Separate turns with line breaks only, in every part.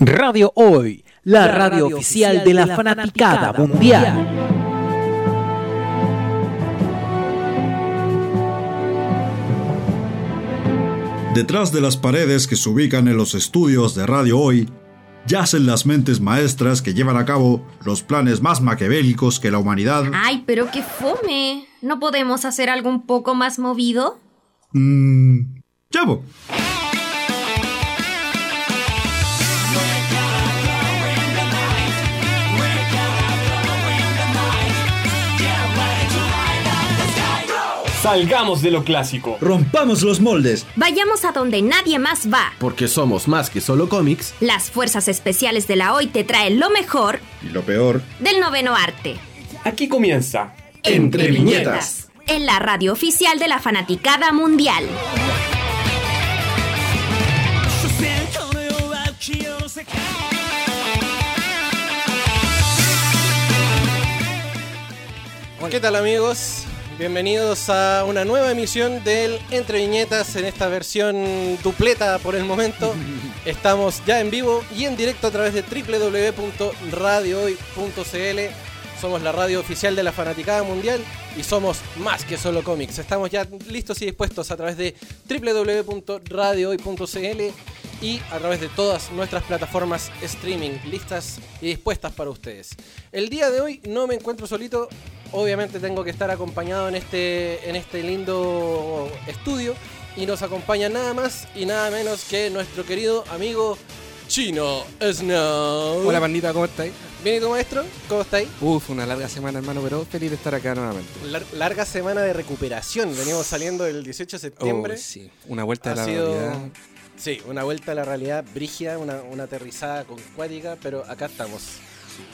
Radio Hoy, la, radio, oficial, de la, fanaticada, mundial.
Detrás de las paredes que se ubican en los estudios de Radio Hoy, yacen las mentes maestras que llevan a cabo los planes más maquiavélicos que la humanidad...
Ay, pero qué fome. ¿No podemos hacer algo un poco más movido?
Mm, ¡Chavo!
Salgamos de lo clásico.
¡Rompamos los moldes!
Vayamos a donde nadie más va.
Porque somos más que solo cómics.
Las fuerzas especiales de la hoy te traen lo mejor
Y lo peor...
del noveno arte.
Aquí comienza.
Entre viñetas.
En la radio oficial de la fanaticada mundial.
¿Qué tal amigos? Bienvenidos a una nueva emisión del Entre Viñetas en esta versión dupleta por el momento. Estamos ya en vivo y en directo a través de www.radiohoy.cl. Somos la radio oficial de la Fanaticada Mundial y somos más que solo cómics. Estamos ya listos y dispuestos a través de www.radiohoy.cl y a través de todas nuestras plataformas streaming listas y dispuestas para ustedes. El día de hoy no me encuentro solito, obviamente tengo que estar acompañado en este, en este lindo estudio y nos acompaña nada más y nada menos que nuestro querido amigo Chino Snow.
Hola bandita, ¿cómo estáis?
Bien, ¿y tu maestro? ¿Cómo estáis?
Uf, una larga semana hermano, pero feliz de estar acá nuevamente.
Lar- larga semana de recuperación. Veníamos saliendo del 18 de septiembre.
Oh, sí, una vuelta
Ha
a la
sido
realidad.
sí, una vuelta a la realidad brígida, una, una aterrizada con cuática, pero acá estamos.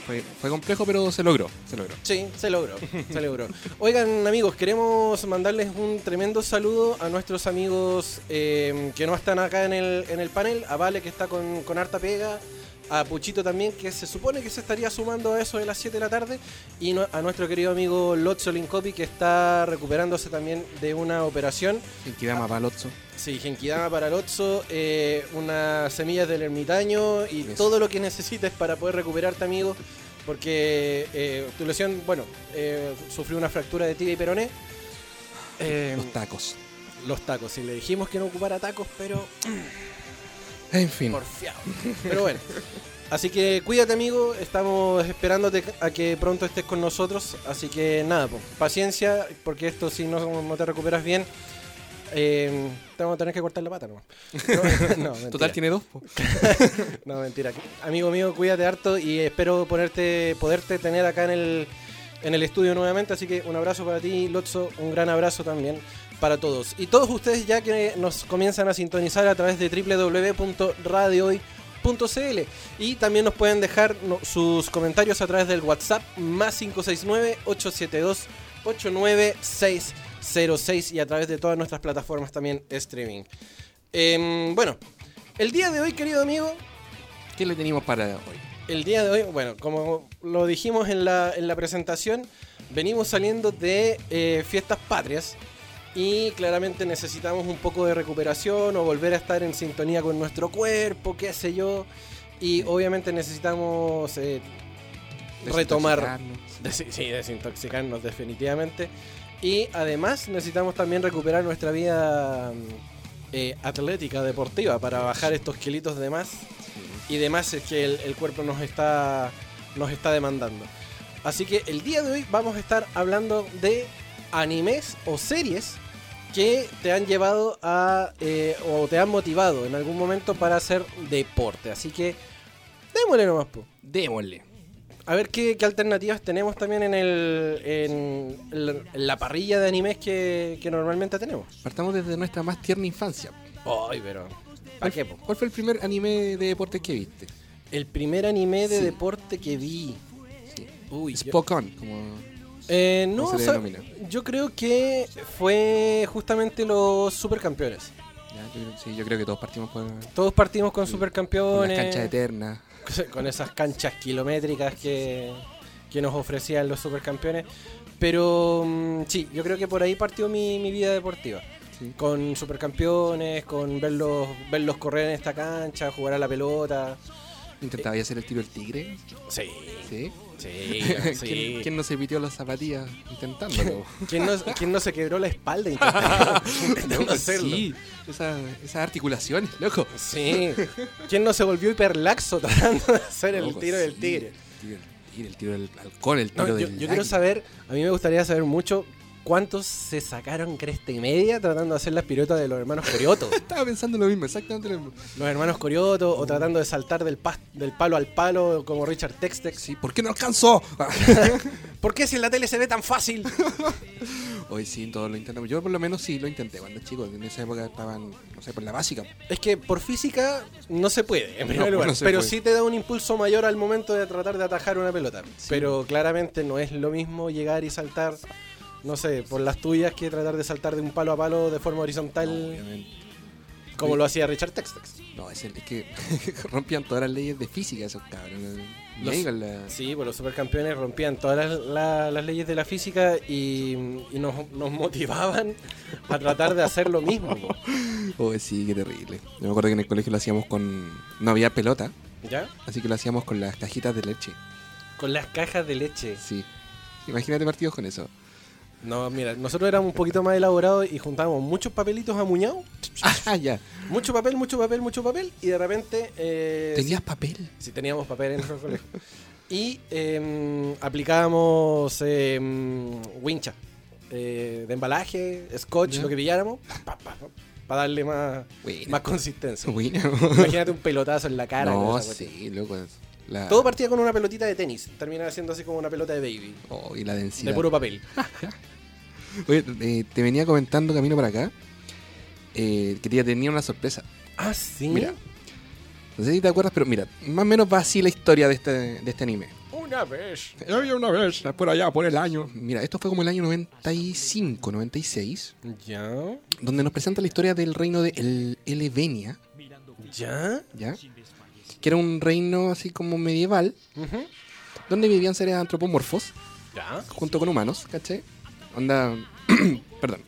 Fue, fue complejo, pero se logró, se logró.
Sí, se logró, se logró. Oigan, amigos, queremos mandarles un tremendo saludo a nuestros amigos eh, que no están acá en el, en el panel, a Vale que está con, con harta pega, a Puchito también, que se supone que se estaría sumando a eso de las 7 de la tarde, y no- a nuestro querido amigo Lotso Lincopi, que está recuperándose también de una operación.
El Kidama Palozzo.
Sí, Genkidama para Lotso, eh, unas semillas del ermitaño y
Eso.
todo lo que necesites para poder recuperarte, amigo. Porque eh, tu lesión, bueno, eh, sufrió una fractura de tibia y peroné. Eh,
Los tacos.
los tacos, y le dijimos que no ocupara tacos, pero
En fin.
porfiado. Pero bueno. Así que cuídate, amigo. Estamos esperándote a que pronto estés con nosotros. Así que nada, po, paciencia, porque esto si no, no te recuperas bien, eh, te vamos a tener que cortar la pata nomás. No, no, mentira.
Total tiene dos. po.
No, mentira. Amigo mío, cuídate harto y espero ponerte, poderte tener acá en el, en el estudio nuevamente. Así que un abrazo para ti, Lotso. Un gran abrazo también para todos. Y todos ustedes ya que nos comienzan a sintonizar a través de www.radiohoy.cl y también nos pueden dejar no- sus comentarios a través del WhatsApp más 569-872-89606 y a través de todas nuestras plataformas también streaming. Em, bueno, el día de hoy, querido amigo,
¿Qué le tenemos para hoy?
el día de hoy, bueno, como lo dijimos en la, en la presentación, venimos saliendo de eh, fiestas patrias y claramente necesitamos un poco de recuperación o volver a estar en sintonía con nuestro cuerpo, qué sé yo. Y obviamente necesitamos eh, retomar, desi-
Desintoxicarnos.
sí, desintoxicarnos definitivamente. Y además necesitamos también recuperar nuestra vida mm, eh, atlética, deportiva, para bajar estos kilitos de más y demás es que el, el cuerpo nos está, nos está demandando. Así que el día de hoy vamos a estar hablando de animes o series que te han llevado a eh, o te han motivado en algún momento para hacer deporte. Así que démosle nomás, po.
Démosle.
A ver qué, qué alternativas tenemos también en, el, en, el- en la parrilla de animes que, que normalmente tenemos.
Partamos desde nuestra más tierna infancia.
Ay, pero... ¿Para qué, po?
¿Cuál fue el primer anime de deportes que viste?
El primer anime de
Sí.
deporte que vi. Uy, yo-
Spock On, como
Eh, no,
¿Cómo se le
o sea,
denomina?
yo creo que fue justamente los supercampeones.
Ya, yo creo- sí, yo creo que todos partimos por, por
Todos partimos con
Mm, las
supercampeones,
canchas eternas.
con esas canchas kilométricas que, que nos ofrecían los supercampeones. Pero mm, sí, yo creo que por ahí partió mi, mi vida deportiva.
Sí.
Con supercampeones, con verlos, verlos correr en esta cancha, jugar a la pelota.
Intentaba ya hacer el tiro del tigre.
Sí,
Sí.
sí,
¿Quién,
sí.
quién no se pitió las zapatillas intentándolo?
¿Quién no, quién no se quebró la espalda intentando, intentando hacerlo?
Sí, esa- esas articulaciones, loco.
Sí. ¿Quién no se volvió hiperlaxo tratando de hacer el
Loco,
tiro del
sí,
tigre?
El tiro del tigre, el tiro del halcón, el
No,
tiro
yo,
del.
yo quiero
águila.
saber, a mí me gustaría saber mucho cuántos se sacaron cresta y media tratando de hacer las piruetas de los hermanos Corioto.
Estaba pensando lo mismo, exactamente lo mismo.
los hermanos Corioto o tratando de saltar del, pas- del palo al palo como Richard Textex.
Sí, ¿por qué no alcanzó?
¿Por qué si en la tele se ve tan fácil?
Hoy sí, todos lo intentamos. Yo por lo menos sí lo intenté cuando chico. En esa época estaban, no sé, por la básica.
es que por física no se puede, en primer
No,
lugar.
no se
pero
puede.
sí te da un impulso mayor al momento de tratar de atajar una pelota. Pero claramente no es lo mismo llegar y saltar, no sé, por las tuyas que tratar de saltar de un palo a palo de forma horizontal
Obviamente.
como lo hacía Richard Textex.
No, es, el- es que rompían todas las leyes de física esos cabrones.
Los-
Mega la-
Sí, pues los supercampeones rompían todas las, la- las leyes de la física y, y nos, nos motivaban a tratar de hacer lo mismo.
Oh, sí, qué terrible. Yo me acuerdo que en el colegio lo hacíamos con... No había pelota,
¿Ya?
así que lo hacíamos con las cajitas de leche.
Con las cajas de leche.
Sí. Imagínate partidos con eso.
No, mira, nosotros éramos un poquito más elaborados y juntábamos muchos papelitos amuñados.
Ah, ya.
Mucho papel, mucho papel, mucho papel. Y de repente... eh,
Tenías papel.
Si teníamos papel en nuestro colegio. Y eh, aplicábamos eh, wincha eh, de embalaje, scotch,
Ya.
lo que pilláramos, para darle más,
Buena.
más consistencia.
Buena.
Imagínate un pelotazo en la cara. con
No,
esa cuestión.
sí, loco. La...
Todo partía con una pelotita de tenis, terminaba siendo así como una pelota de baby,
Oh, y la
de
densidad.
puro papel.
Oye, eh, te venía comentando camino para acá eh, que te tenía una sorpresa.
Ah, sí.
Mira. No sé si te acuerdas, pero mira, más o menos va así la historia de este, de este anime.
Una vez.
Había una vez, por allá, por el año. Mira, esto fue como el año 95, 96,
Ya.
donde nos presenta la historia del reino de El Elevenia,
Ya.
¿ya? Que era un reino así como medieval, donde vivían seres antropomorfos
Ya.
junto con humanos, ¿caché? Onda. perdón.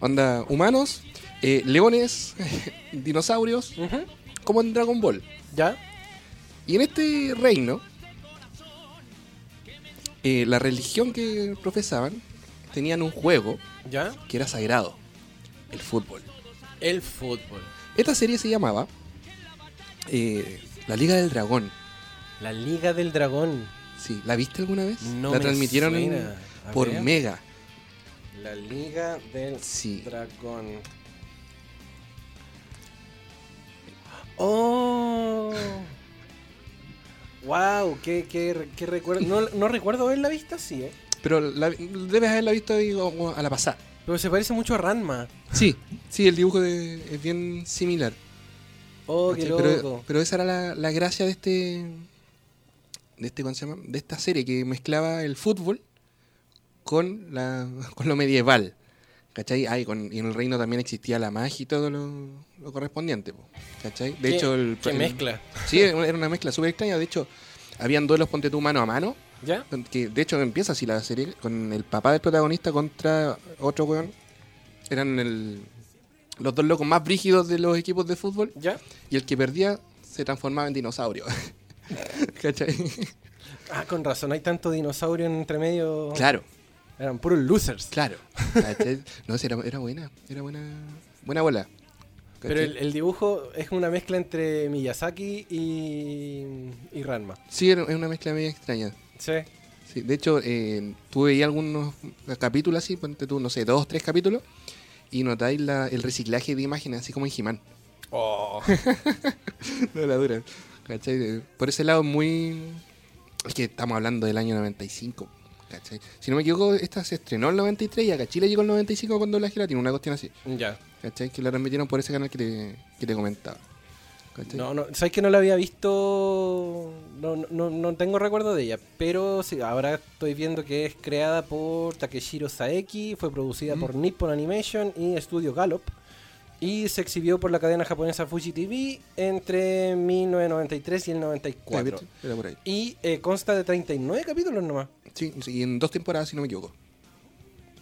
Onda, humanos, eh, leones, dinosaurios, como en Dragon Ball.
Ya.
Y en este reino, eh, la religión que profesaban tenían un juego
Ya.
que era sagrado: el fútbol.
El fútbol.
Esta serie se llamaba eh, La Liga del Dragón.
La Liga del Dragón.
Sí, ¿La viste alguna vez?
No
la
me
transmitieron
suena. A
por
ver.
Mega.
La Liga del
Sí.
Dragón. ¡Oh! ¡Wow! ¡Qué, qué, qué recuerdo! No, no recuerdo haberla vista así, ¿eh?
Pero la- debes haberla visto ahí como a la pasada.
Pero se parece mucho a Ranma.
Sí, sí, el dibujo de- es bien similar.
¡Oh, qué
¿cachai?
loco!
pero, pero esa era la, la gracia de este. De este, ¿cómo se llama? De esta serie que mezclaba el fútbol con, la, con lo medieval. ¿Cachai? Ah, y, con- y en el reino también existía la magia y todo lo, lo correspondiente. po, ¿Cachai? De
Qué-
hecho, el.
qué
el-
mezcla.
Sí, era una- era una mezcla súper extraña. De hecho, habían duelos ponte tú mano a mano.
¿Ya?
Que de hecho empieza así la serie con el papá del protagonista contra otro weón. Eran el- los dos locos más brígidos de los equipos de fútbol.
¿Ya?
Y el que perdía se transformaba en dinosaurio. ¿Cachai?
Ah, con razón, hay tanto dinosaurio entre medio.
Claro,
Eran puros losers.
claro. ¿Cachai? No, sí, era, era buena. Era buena. Buena bola. ¿Cachai?
Pero el, eh, el dibujo es una mezcla entre Miyazaki y, y Ranma.
Sí, era era una mezcla media extraña.
Sí.
Sí, de hecho, eh, tú veías algunos capítulos así, ponte tú, no sé, dos, tres capítulos, y notáis la- el reciclaje de imágenes, así como en He-Man. no la dura. ¿Cachai? Eh, Por ese lado, muy. Es que estamos hablando del año 95. ¿Cachai? Si no me equivoco, esta se estrenó en el 93 y acá a Chile llegó el 95 con doblaje latino, una cuestión así.
Ya.
¿Cachai? Que la transmitieron por ese canal que te, que te comentaba. ¿Cachai?
No, no, sabes que no la había visto. No, no- no, no tengo recuerdo de ella. Pero sí, ahora estoy viendo que es creada por Takeshiro Saeki, fue producida
Mm.
por Nippon Animation y Studio Gallop. Y se exhibió por la cadena japonesa Fuji TV entre 1993 y el
¿La
94.
viste? Era por ahí.
Y eh, consta de 39 capítulos nomás.
Sí, sí, y en dos temporadas, si no me equivoco.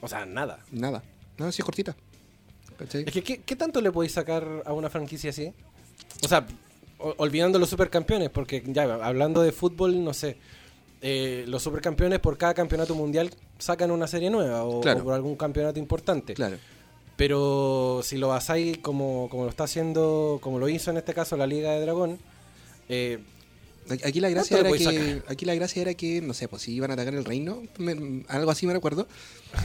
O sea, nada.
Nada. Nada, sí es cortita. ¿Cachai?
Es que, ¿qué, qué tanto le podéis sacar a una franquicia así? O sea, o- olvidando los supercampeones, porque ya hablando de fútbol, no sé, eh, los supercampeones por cada campeonato mundial sacan una serie nueva o,
Claro.
o por algún campeonato importante.
Claro.
Pero si lo basáis como, como lo está haciendo, como lo hizo en este caso la Liga de Dragón, eh,
Aquí- Aquí la gracia
¿Cuánto
era
le
que
podéis
aquí la gracia era que no sé, pues si iban a atacar el reino, me- algo así me recuerdo.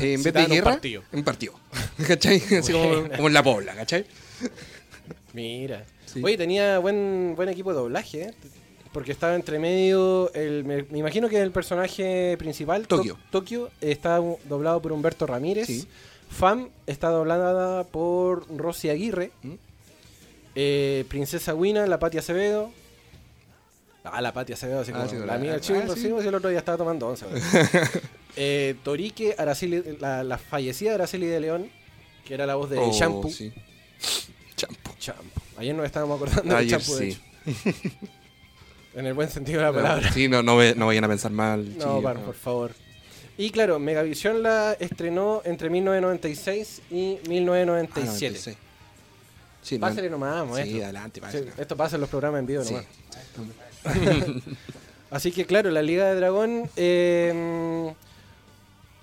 eh, en
Se
vez de
daban un
guerra,
partido.
un partido. ¿Cachai? Así como,
Buena.
como en la pobla, ¿cachai?
Mira.
Sí.
Oye, tenía buen, buen equipo de doblaje, ¿eh? Porque estaba entre medio. El, me, me imagino que el personaje principal, To-
Tokio.
Tokio, está u- doblado por Humberto Ramírez.
Sí.
Fam está doblada por Rosy Aguirre.
¿Mm?
Eh, Princesa Wina, la Patia Acevedo. Ah, la Patia Acevedo, así
Ah,
como
sí,
la
la-
amiga
ah,
chivo,
sí.
sí, pues, el otro día estaba tomando once. güey. eh, Torique Araceli, la, la fallecida Araceli de León, que era la voz de
Oh,
Shampoo.
sí. Shampoo.
Champo. Ayer nos estábamos acordando de
Ayer
champo, de
sí. Ah,
hecho. En el buen sentido de la palabra.
Sí, ah. no, no, ve- no vayan a pensar mal.
No,
chiquillos,
par,
no.
por favor. Y claro, Megavisión la estrenó entre 1996 y
Ah,
1997.
96. Sí, no-
Pásale nomás, vamos,
Sí,
esto.
adelante,
Sí,
pásale.
esto pasa en los programas en vivo
Sí.
nomás. Así que claro, la Liga de Dragón eh,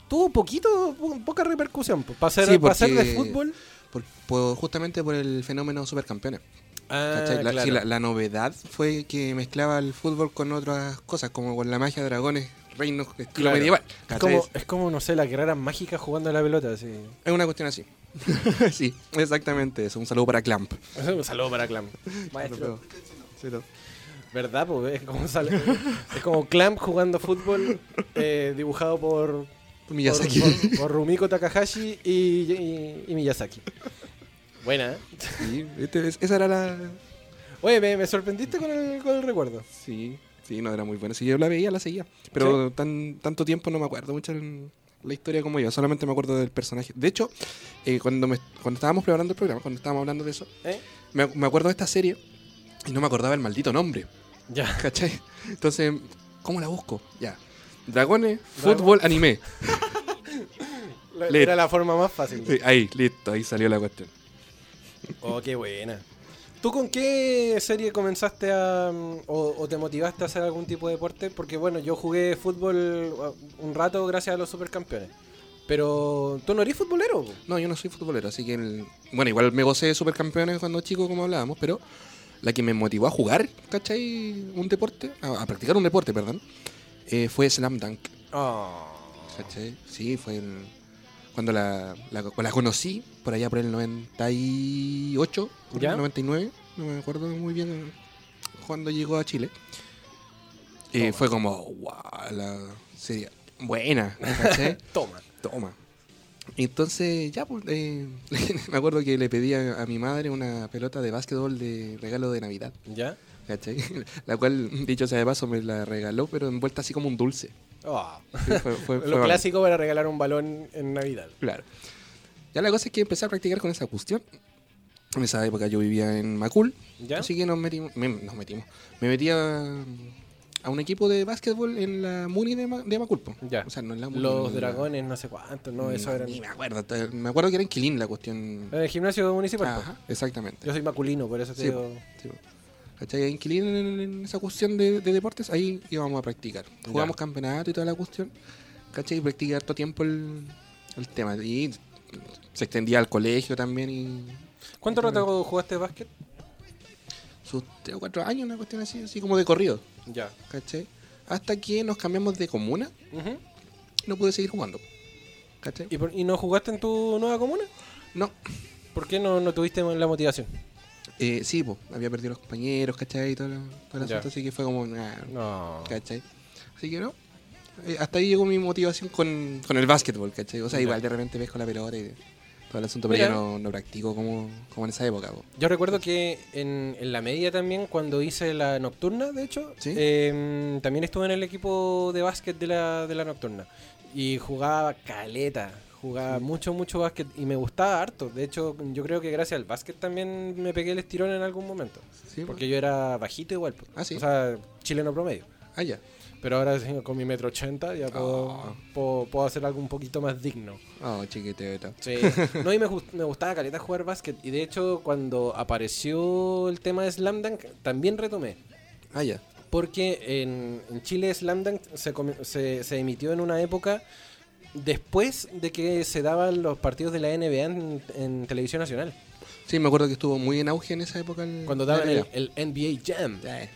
tuvo poquito, po- poca repercusión. po. Para ser,
Sí,
para ser
porque-
de fútbol.
Por- por- justamente por el fenómeno supercampeones.
Ah,
¿Cachai? La,
claro.
sí, la- la novedad fue que mezclaba el fútbol con otras cosas, como con la magia, dragones, reinos, estilo
Claro.
medieval.
es,
¿Cachai?
como, es como, no sé, la guerrera mágica jugando a la pelota. Así.
Es una cuestión así. sí, exactamente eso. Un saludo para Clamp.
Un saludo para Clam. Maestro. ¿Verdad? po? es como, sale- es como Clamp jugando fútbol eh, dibujado por,
Miyazaki.
por, por- por Rumiko Takahashi y, y- y Miyazaki. Buena, ¿eh?
Sí, este es- esa era la...
Oye, me, me sorprendiste con el, con el recuerdo.
Sí, sí, no era muy buena. Si yo la veía, la seguía. Pero tan, tanto tiempo no me acuerdo mucho en la historia como yo. Solamente me acuerdo del personaje. De hecho, eh, cuando, me- cuando estábamos preparando el programa, cuando estábamos hablando de eso,
¿Eh?
me, me acuerdo de esta serie y no me acordaba el maldito nombre.
Ya.
¿Cachai? Entonces, ¿cómo la busco? Ya. Dragones,
Dragon-
fútbol, anime.
La-
Le-
Era la forma más fácil.
Sí, ahí, listo, ahí salió la cuestión.
Oh, qué buena. ¿Tú con qué serie comenzaste a... mm, o, o te motivaste a hacer algún tipo de deporte? Porque bueno, yo jugué fútbol uh, un rato gracias a los supercampeones. Pero tú no eres futbolero. po?
No, yo no soy futbolero, así que. el- bueno, igual me gocé de supercampeones cuando chico, como hablábamos, pero la que me motivó a jugar, ¿cachai? Un deporte, a, a practicar un deporte, perdón, eh, fue Slam Dunk, Ah. ¿cachai? Sí, fue el- cuando la, la- cuando la conocí, por allá por el 98, por
¿Ya?
el 99, no me acuerdo muy bien cuando llegó a Chile. Y fue como, wow, la serie buena, ¿cachai?
Toma.
Toma. Entonces, ya, pues, eh, me acuerdo que le pedí a, a mi madre una pelota de básquetbol de regalo de Navidad,
¿Ya?
¿cachai? La cual, dicho sea de paso, me la regaló, pero envuelta así como un dulce.
Ah.
Sí, fue- fue- fue
Lo
bacán.
clásico para regalar un balón en Navidad.
Claro. Ya la cosa es que empecé a practicar con esa cuestión. En esa época yo vivía en Macul,
¿Ya?
así que nos metimos, me, nos metimos. Me metí a, a un equipo de básquetbol en la Muni de, Ma- de Macul. po.
Ya.
O sea, no en la Muni,
Los
en la-
dragones, no sé cuántos, no, eso
ni-
eran.
Ni me acuerdo. te- Me acuerdo que era en Quilín la cuestión.
En el gimnasio municipal. po.
Ajá, exactamente.
Yo soy maculino, por eso te
Sí,
digo.
Sí, po. ¿Cachai? En Quilín, en, en esa cuestión de, de deportes, ahí íbamos a practicar. Jugamos campeonato y toda la cuestión. ¿Cachai? Y practiqué harto tiempo el, el tema. Y se extendía al colegio también y
¿Cuánto rato jugaste básquet?
sus tres o cuatro años, una cuestión así, así como de corrido.
Ya.
¿Cachai? Hasta que nos cambiamos de comuna
Ujú.
y no pude seguir jugando. ¿Cachai?
¿Y, por- y no jugaste en tu nueva comuna?
No,
¿Por qué no, no tuviste la motivación?
eh, sí, po, había perdido los compañeros, ¿cachai? Y todo, lo- todo el
Ya.
asunto, así que fue como... nah,
No.
¿cachai? Así que no. eh, hasta ahí llegó mi motivación con, con el básquetbol, ¿cachai? O sea, igual de repente ves con la pelota y todo el asunto, pero
Mira.
yo no, no practico como, como en esa época, po.
Yo recuerdo que en, en la media también, cuando hice la nocturna, de hecho,
Sí.
eh, también estuve en el equipo de básquet de la, de la nocturna. Y jugaba caleta, jugaba mucho, mucho básquet y me gustaba harto. De hecho, yo creo que gracias al básquet también me pegué el estirón en algún momento.
Sí, po.
porque yo era bajito igual. po.
Ah, sí.
O sea, chileno promedio.
Ah, ya.
Pero ahora sí, con mi metro 80 ya puedo,
Ah.
puedo, puedo hacer algo un poquito más digno.
Oh, chiquiteta.
Sí. No, y me, gust- me gustaba caleta jugar básquet. Y de hecho, cuando apareció el tema de Slam Dunk, también retomé.
Ah, ya.
Porque en, en Chile Slam Dunk se, come- se, se emitió en una época después de que se daban los partidos de la NBA en, en televisión nacional.
Sí, me acuerdo que estuvo muy en auge en esa época. el-
Cuando
la
daban el,
NBA.
el NBA Jam.
Eh,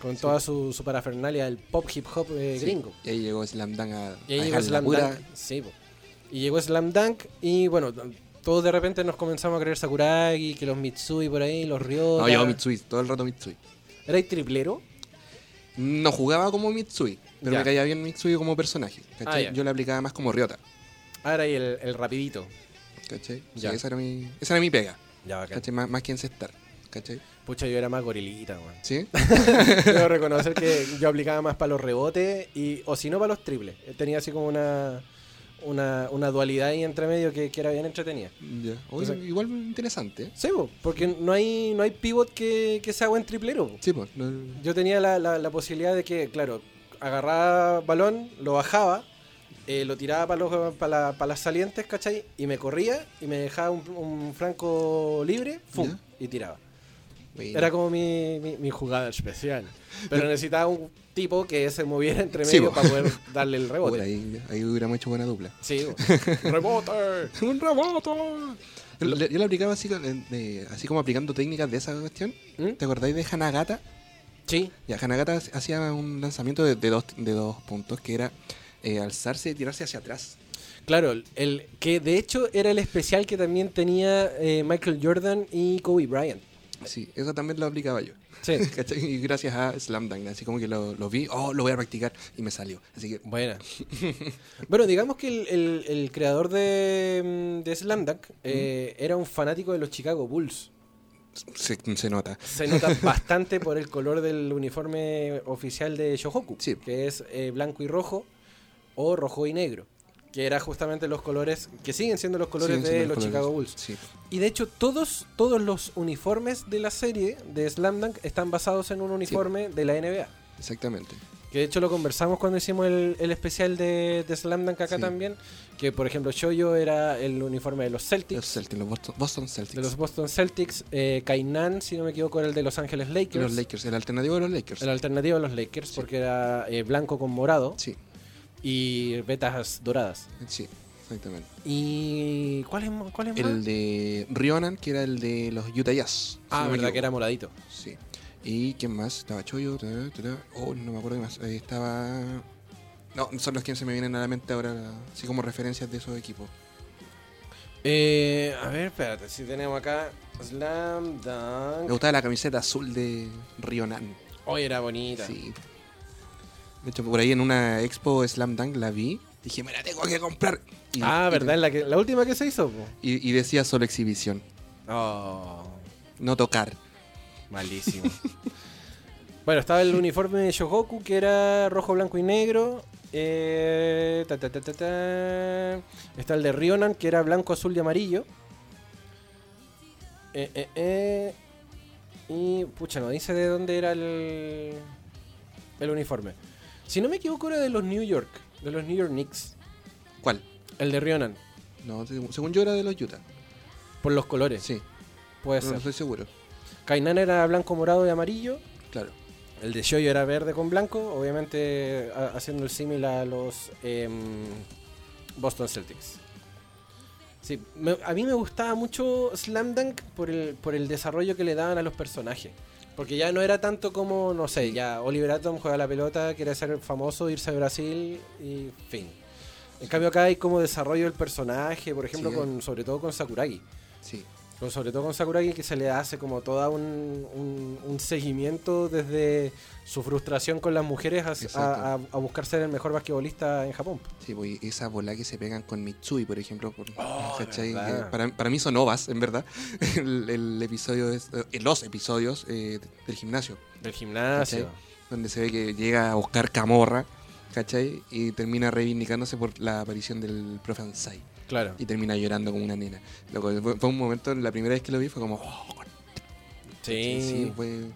Con toda su, su parafernalia, el pop hip hop eh,
sí.
gringo.
Y ahí llegó Slam Dunk a.
Y ahí llegó
a dejar la
Slam
pura-
Dunk. Sí, po. Y llegó Slam Dunk y bueno, t- todos de repente nos comenzamos a creer Sakuragi, que los Mitsui por ahí, los Ryota.
No, llegó Mitsui, todo el rato Mitsui.
¿Erais triplero?
No jugaba como Mitsui, pero
Ya.
me caía bien Mitsui como personaje. ¿cachai?
Ah, ya.
Yo le aplicaba más como Ryota.
Ahora y Ah, el, el rapidito.
¿Cachai? Sí,
Ya.
esa, era mi, esa era mi pega.
Ya, bacán.
¿Cachai? Más, más que encestar. ¿Cachai?
Pucha, yo era más gorilita, weón.
¿Sí?
Debo reconocer que yo aplicaba más para los rebotes y, o si no, para los triples. Eh, Tenía así como una, una, una dualidad ahí entre medio que, que era bien entretenida.
ya. Oye,
Entonces-
igual interesante. ¿eh?
Sí, po, porque no hay, no hay pivot que, que sea buen triplero. po.
Sí, pues. no-
Yo tenía la, la- la posibilidad de que, claro, agarraba balón, lo bajaba, eh, lo tiraba para los pa' la- pa' las salientes, ¿cachai? Y me corría y me dejaba un, un flanco libre, ¡fum! Y tiraba.
Bueno.
Era como mi, mi- mi jugada especial. Pero necesitaba un tipo que se moviera entre
Sí,
medio
bo.
para poder darle el rebote.
Puta, ahí, ahí hubiéramos hecho buena dupla.
Sí, bo. ¡Rebote!
¡Un roboto! Yo le yo le aplicaba así, con- eh, de- así como aplicando técnicas de esa cuestión.
¿Mm?
¿Te acordáis de Hanagata?
Sí,
Ya, Hanagata ha- hacía un lanzamiento de, de dos, de dos puntos que era eh, alzarse y tirarse hacia atrás.
claro. El, que de hecho era el especial que también tenía eh, Michael Jordan y Kobe Bryant.
Sí, eso también lo aplicaba yo.
Sí.
¿Cachai? Y gracias a Slam Dunk, así como que lo, lo vi, oh, lo voy a practicar y me salió. Así que,
Buena. bueno, digamos que el, el- el creador de, mm, de Slam Dunk eh, era un fanático de los Chicago Bulls.
se, se nota.
Se nota bastante por el color del uniforme oficial de Shohoku,
Sí.
que es eh, blanco y rojo o rojo y negro, que era justamente los colores que siguen siendo los colores
Siguen
de
siendo
los
colores.
Chicago Bulls.
Sí.
Y de hecho todos todos los uniformes de la serie de Slam Dunk están basados en un uniforme de la NBA.
Exactamente.
Que de hecho lo conversamos cuando hicimos el, el especial de, de Slam Dunk acá
Sí.
también. Que por ejemplo Shoyo era el uniforme de los
Los
Celtics,
Celtics, los Boston, Boston Celtics.
de los Boston Celtics. Eh, Kainan, si no me equivoco, era el de Los Ángeles
Y
Lakers.
los Lakers, el alternativo de los Lakers.
El alternativo de los Lakers porque era eh, blanco con morado
Sí,
y vetas doradas.
sí, exactamente.
¿Y cuál es, ma- cuál es más?
El de Rionan, que era el de los Utah Jazz.
ah,
si no me
verdad que era
equivoco.
moradito.
Sí. ¿Y quién más? Estaba Choyo. ta, ta, ta. Oh, no me acuerdo quién más. Eh, estaba. No, son los que se me vienen a la mente ahora, así como referencias de esos equipos.
Eh, a ver, espérate, si tenemos acá Slam
Me
Dunk.
gustaba la camiseta azul de Rionan.
Hoy era bonita.
Sí. De hecho, por ahí en una expo Slam Dunk la vi. Dije, me la tengo que comprar. Y-
Ah,
y-
¿verdad? La, que, la última que se hizo. po.
Y, y decía solo exhibición,
Oh,
no tocar.
malísimo. bueno, estaba el uniforme de Shogoku que era rojo, blanco y negro. Eh, ta, ta, ta, ta, ta. Está el de Rionan que era blanco, azul y amarillo. Eh, eh, eh. Y pucha, no dice de dónde era el, el uniforme. Si no me equivoco, era de los New York, de los New York Knicks.
¿Cuál?
El de Rionan,
No, según según yo era de los Utah.
por los colores.
Sí,
Puede
pero no
ser.
estoy seguro.
Kainan era blanco, morado y amarillo.
Claro.
El de Shoyo era verde con blanco, obviamente a- haciendo el símil a los em, Boston Celtics. Sí, me- a mí me gustaba mucho Slam Dunk por el, por el desarrollo que le daban a los personajes. Porque ya no era tanto como, no sé, ya Oliver Atom juega la pelota, quiere ser famoso, irse a Brasil y fin. En cambio acá hay como desarrollo del personaje, por ejemplo,
Sí.
con, sobre todo con Sakuragi.
Sí.
Con- sobre todo con Sakuragi que se le hace como toda un, un- un seguimiento desde su frustración con las mujeres a-
Exacto.
a, a- a buscar ser el mejor basquetbolista en Japón.
Sí, pues y esa bola que se pegan con Mitsui, por ejemplo. por- ¿cachai?
Oh, verdad.
Eh, Para, para mí son ovas, en verdad. El, el episodio es, eh, los episodios eh, del gimnasio,
Del
¿cachai?
gimnasio.
donde se ve que llega a buscar camorra, ¿cachai? Y termina reivindicándose por la aparición del profe Ansai.
Claro.
Y termina llorando como una nena. Loco, fue, fue un momento, la primera vez que lo vi fue como, "Oh,
Sí.
fue,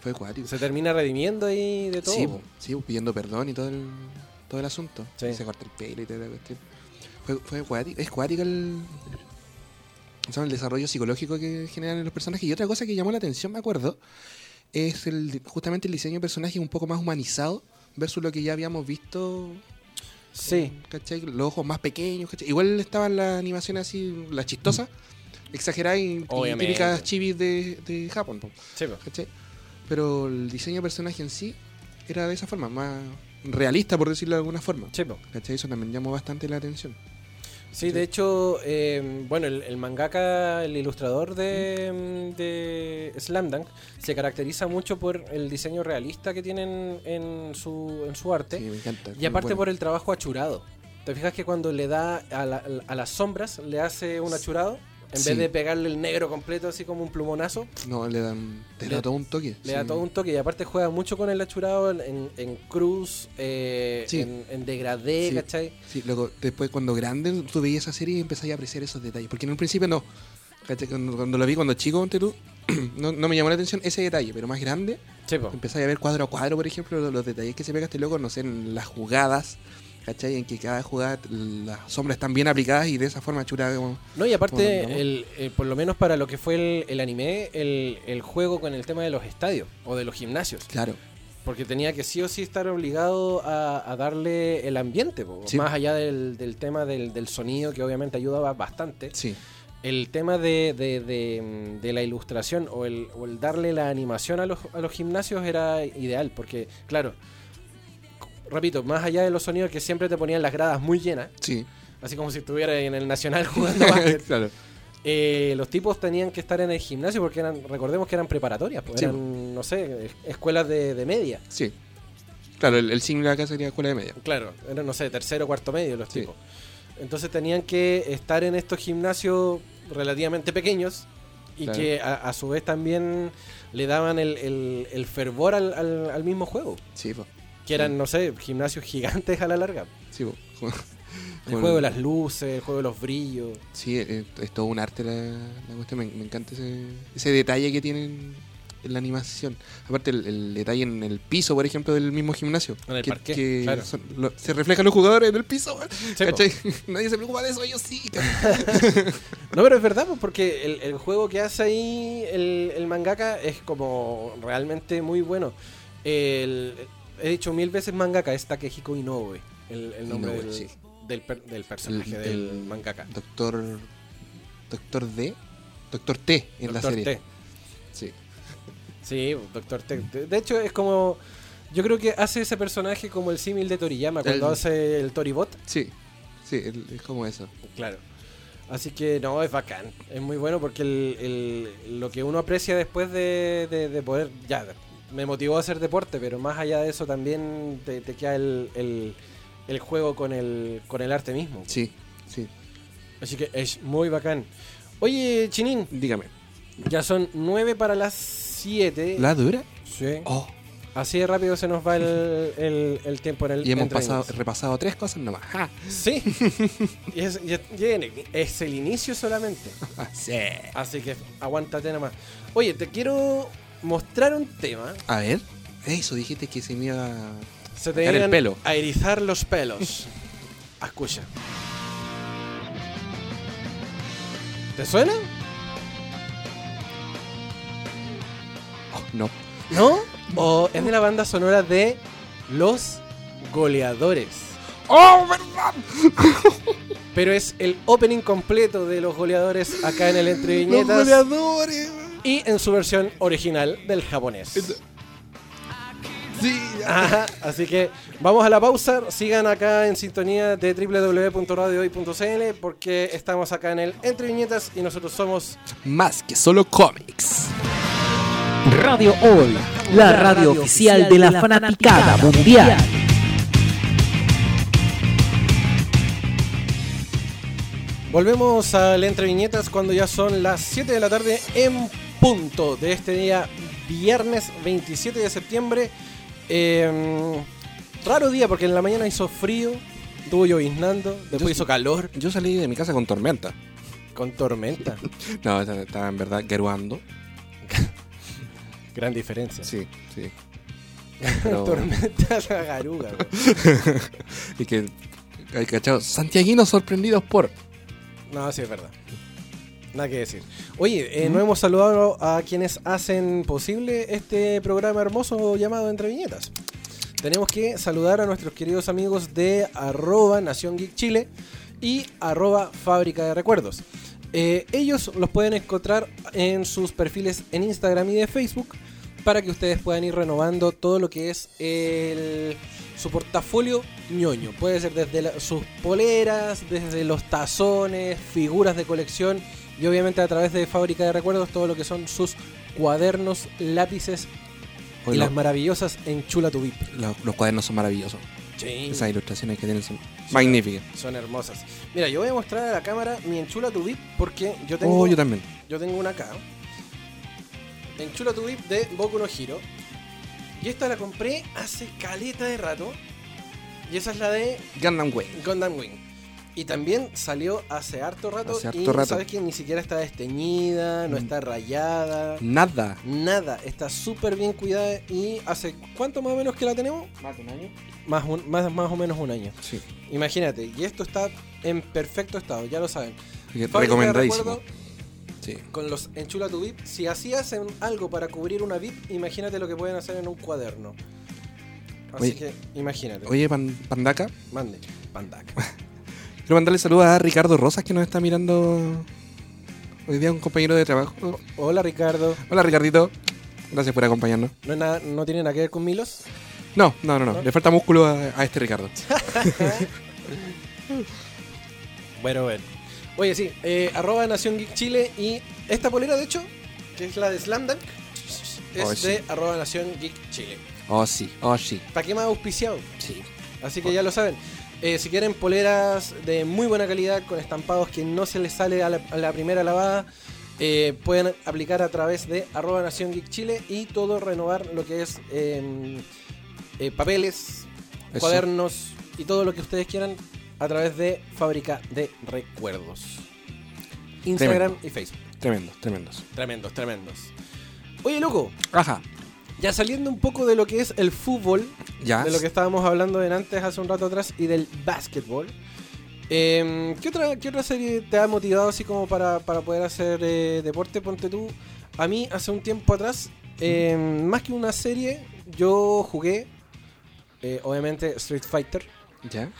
Fue acuático.
Se termina redimiendo ahí de todo.
Sí,
po.
sí, pues, pidiendo perdón y todo el, todo el asunto.
Sí.
Se corta el pelo y toda la cuestión. Fue, fue cuático- es cuático el, ¿cómo se llama? el desarrollo psicológico que generan en los personajes. Y otra cosa que llamó la atención, me acuerdo, es el, justamente el diseño de personajes un poco más humanizado versus lo que ya habíamos visto.
Sí.
¿cachai? Los ojos más pequeños. ¿cachai? Igual estaban las animaciones así, las chistosas, exageradas y, y
Obviamente.
típicas chibis de, de Japón. po.
Sí, po.
¿cachai? Pero el diseño de personaje en sí era de esa forma, más realista, por decirlo de alguna forma.
Sí, po.
¿Cachai? Eso también llamó bastante la atención.
Sí, de hecho, eh, bueno, el, el mangaka, el ilustrador de, mm, de Slam Dunk, se caracteriza mucho por el diseño realista que tienen en su, en su arte.
Sí, me encanta.
Y aparte por el trabajo achurado. ¿Te fijas que cuando le da a, la- a las sombras, le hace un achurado? En
Sí.
vez de pegarle el negro completo, así como un plumonazo,
No, le dan. Te
Le-
da todo un toque.
le da todo un toque. Y aparte juega mucho con el achurado en, en- en cruz, eh,
Sí.
en, en degradé,
Sí.
¿cachai?
Sí, luego, después cuando grande, tú veías esa serie y empezás a apreciar esos detalles. Porque en un principio no. ¿Cachai? Cuando, cuando lo vi cuando chico, ponte tú, no, no me llamó la atención ese detalle, pero más grande,
Sí, po.
Empezás a ver cuadro a cuadro, por ejemplo, los, los detalles que se pega este loco, no sé, en las jugadas, ¿cachai? En que cada jugada t- las sombras están bien aplicadas y de esa forma chura como...
No, y aparte,
Bueno, ¿no?
el, el- por lo menos para lo que fue el, el anime, el, el juego con el tema de los estadios o de los gimnasios.
Claro.
Porque tenía que sí o sí estar obligado a, a darle el ambiente, po.
Sí.
más allá del, del tema del, del sonido, que obviamente ayudaba bastante.
Sí.
El tema de, de- de, mm, de la ilustración o el, o el darle la animación a los, a los gimnasios era ideal, porque, claro, c- repito, más allá de los sonidos que siempre te ponían las gradas muy llenas,
Sí.
así como si estuviera en el Nacional jugando básquet.
claro.
Eh, los tipos tenían que estar en el gimnasio porque eran, recordemos que eran preparatorias, pues,
Sí.
eran, no sé, es- escuelas de, de media.
Sí. Claro, el, el single acá sería escuela de media.
Claro, eran, no sé, tercero o cuarto medio los
Sí.
tipos. Entonces tenían que estar en estos gimnasios relativamente pequeños y
Claro.
que a, a su vez también le daban el, el- el fervor al, al- al mismo juego.
Sí, po.
Que eran, no sé, gimnasios gigantes a la larga.
Sí, po.
El juego de las luces, el juego de los brillos.
Sí, eh, es todo un arte la, la cuestión. Me, me encanta ese, ese detalle que tienen en la animación. Aparte, el, el detalle en el piso, por ejemplo, del mismo gimnasio.
En el
que,
parqué,
que
claro.
son- lo- se reflejan los jugadores en el piso.
po.
¿cachai? Nadie se preocupa de eso, ellos sí. ¿cachai?
No, pero es verdad, pues, porque el, el juego que hace ahí el, el mangaka es como realmente muy bueno. El- he dicho mil veces mangaka, es Takehiko Inoue, el, el nombre
Inoue,
del,
sí.
del per- del personaje
El-
del
el-
mangaka.
Doctor. Doctor D. Doctor T en la
Dr.
serie.
T.
Sí.
Sí, Doctor T. De de hecho, es como. Yo creo que hace ese personaje como el símil de Toriyama cuando
El-
hace el Toribot.
Sí. Sí, el- es como eso.
Claro. Así que no, es bacán. Es muy bueno porque el- el- lo que uno aprecia después de, de- de poder. Ya, me motivó a hacer deporte, pero más allá de eso también te, te queda el, el- el juego con el, con el arte mismo.
Sí, sí.
Así que es muy bacán. Oye, Chinín,
Dígame.
ya son 9 para las 7.
¿La dura?
Sí.
Oh.
Así de rápido se nos va el, el- el tiempo en el
Y hemos
entre
pasado,
niños.
repasado tres cosas nomás. Ja.
Sí. y es, y es- y es el inicio solamente.
Sí.
Así que aguántate nomás. Oye, te quiero mostrar un tema.
A ver. Eso, dijiste que se me iba a
Se te
sacar el
iban
pelo.
a erizar los pelos. Escucha. ¿Te suena?
Oh, no.
¿No? O es de la banda sonora de Los Goleadores.
¡Oh, verdad!
Pero es el opening completo de Los Goleadores acá en el Entre
¡Los
Viñetas
goleadores!
y en su versión original del japonés.
Sí,
Ajá, así que vamos a la pausa. Sigan acá en sintonía de www.radiohoy.cl porque estamos acá en el Entre Viñetas y nosotros somos
más que solo cómics.
Radio Hoy, la radio oficial de la fanaticada mundial.
Volvemos al Entre Viñetas cuando ya son las 7 de la tarde en punto de este día, viernes 27 de septiembre. Eh, raro día porque en la mañana hizo frío, estuvo lloviznando, después hizo calor
Yo salí de mi casa con tormenta.
con tormenta.
No, estaba en verdad geruando.
Gran diferencia.
Sí, sí. Pero-
Tormenta la garuga. güey.
y que, ay, cachado, santiaguinos sorprendidos por.
No, sí, es verdad. Nada que decir. Oye, eh, no hemos saludado a quienes hacen posible este programa hermoso llamado Entre Viñetas. Tenemos que saludar a nuestros queridos amigos de arroba Nación Geek Chile y arroba Fábrica de Recuerdos. Eh, ellos los pueden encontrar en sus perfiles en Instagram y de Facebook para que ustedes puedan ir renovando todo lo que es el, su portafolio ñoño. Puede ser desde la- sus poleras, desde los tazones, figuras de colección y obviamente a través de fábrica de recuerdos todo lo que son sus cuadernos, lápices y
Oye,
las
lo-
maravillosas enchula tu VIP.
lo- los cuadernos son maravillosos. Esas ilustraciones que tienen son magníficas.
Son hermosas. Mira, yo voy a mostrar a la cámara mi enchula tu VIP porque yo tengo
Oh, yo también.
Yo tengo una acá. Enchula tu VIP de Boku no Hero. Y esta la compré hace caleta de rato. Y esa es la de
Gundam Wing.
Gundam Wing. Y también salió hace harto rato.
Hace harto
y
rato.
sabes que ni siquiera está desteñida, no
Mm.
está rayada.
Nada.
Nada, está súper bien cuidada y hace cuánto más o menos que la tenemos?
Más de un año.
Más, un- más, más o menos un año.
Sí.
Imagínate, y esto está en perfecto estado, ya lo saben. Fábrica de
Recomendadísimo.
recuerdo,
Sí.
con los enchula tu VIP, si así hacen algo para cubrir una VIP, imagínate lo que pueden hacer en un cuaderno. Así
Oye.
que imagínate.
Oye, Pan- Pandaca,
Mande, Pandac.
quiero mandarle saludos a Ricardo Rosas que nos está mirando hoy día, un compañero de trabajo.
Hola Ricardo.
Hola, Ricardito. Gracias por acompañarnos.
No, es nada- no tiene nada que ver con Milos.
No, no, no, no.
¿No?
Le falta músculo a, a este Ricardo.
Bueno, bueno. Oye, sí, eh, arroba Nación Geek Chile y esta polera, de hecho, que es la de Slam Dunk, es
Oh, sí.
de arroba Nación Geek Chile.
Oh, sí. Oh, sí.
¿Para qué más auspiciado?
Sí.
Así que ya lo saben. Eh, si quieren poleras de muy buena calidad, con estampados que no se les sale a la, a la primera lavada, eh, pueden aplicar a través de arroba Nación Geek Chile y todo renovar lo que es eh, eh, papeles,
Eso.
cuadernos y todo lo que ustedes quieran a través de Fábrica de Recuerdos. Instagram y Facebook.
Tremendos, tremendos.
Tremendos, tremendos. Oye, loco,
Ajá.
ya saliendo un poco de lo que es el fútbol,
Ya.
de lo que estábamos hablando de antes hace un rato atrás y del básquetbol. Eh, ¿qué, otra, ¿Qué otra serie te ha motivado así como para, para poder hacer eh, deporte? Ponte tú. A mí hace un tiempo atrás, eh, más que una serie, yo jugué, eh, obviamente, Street Fighter.
Ya.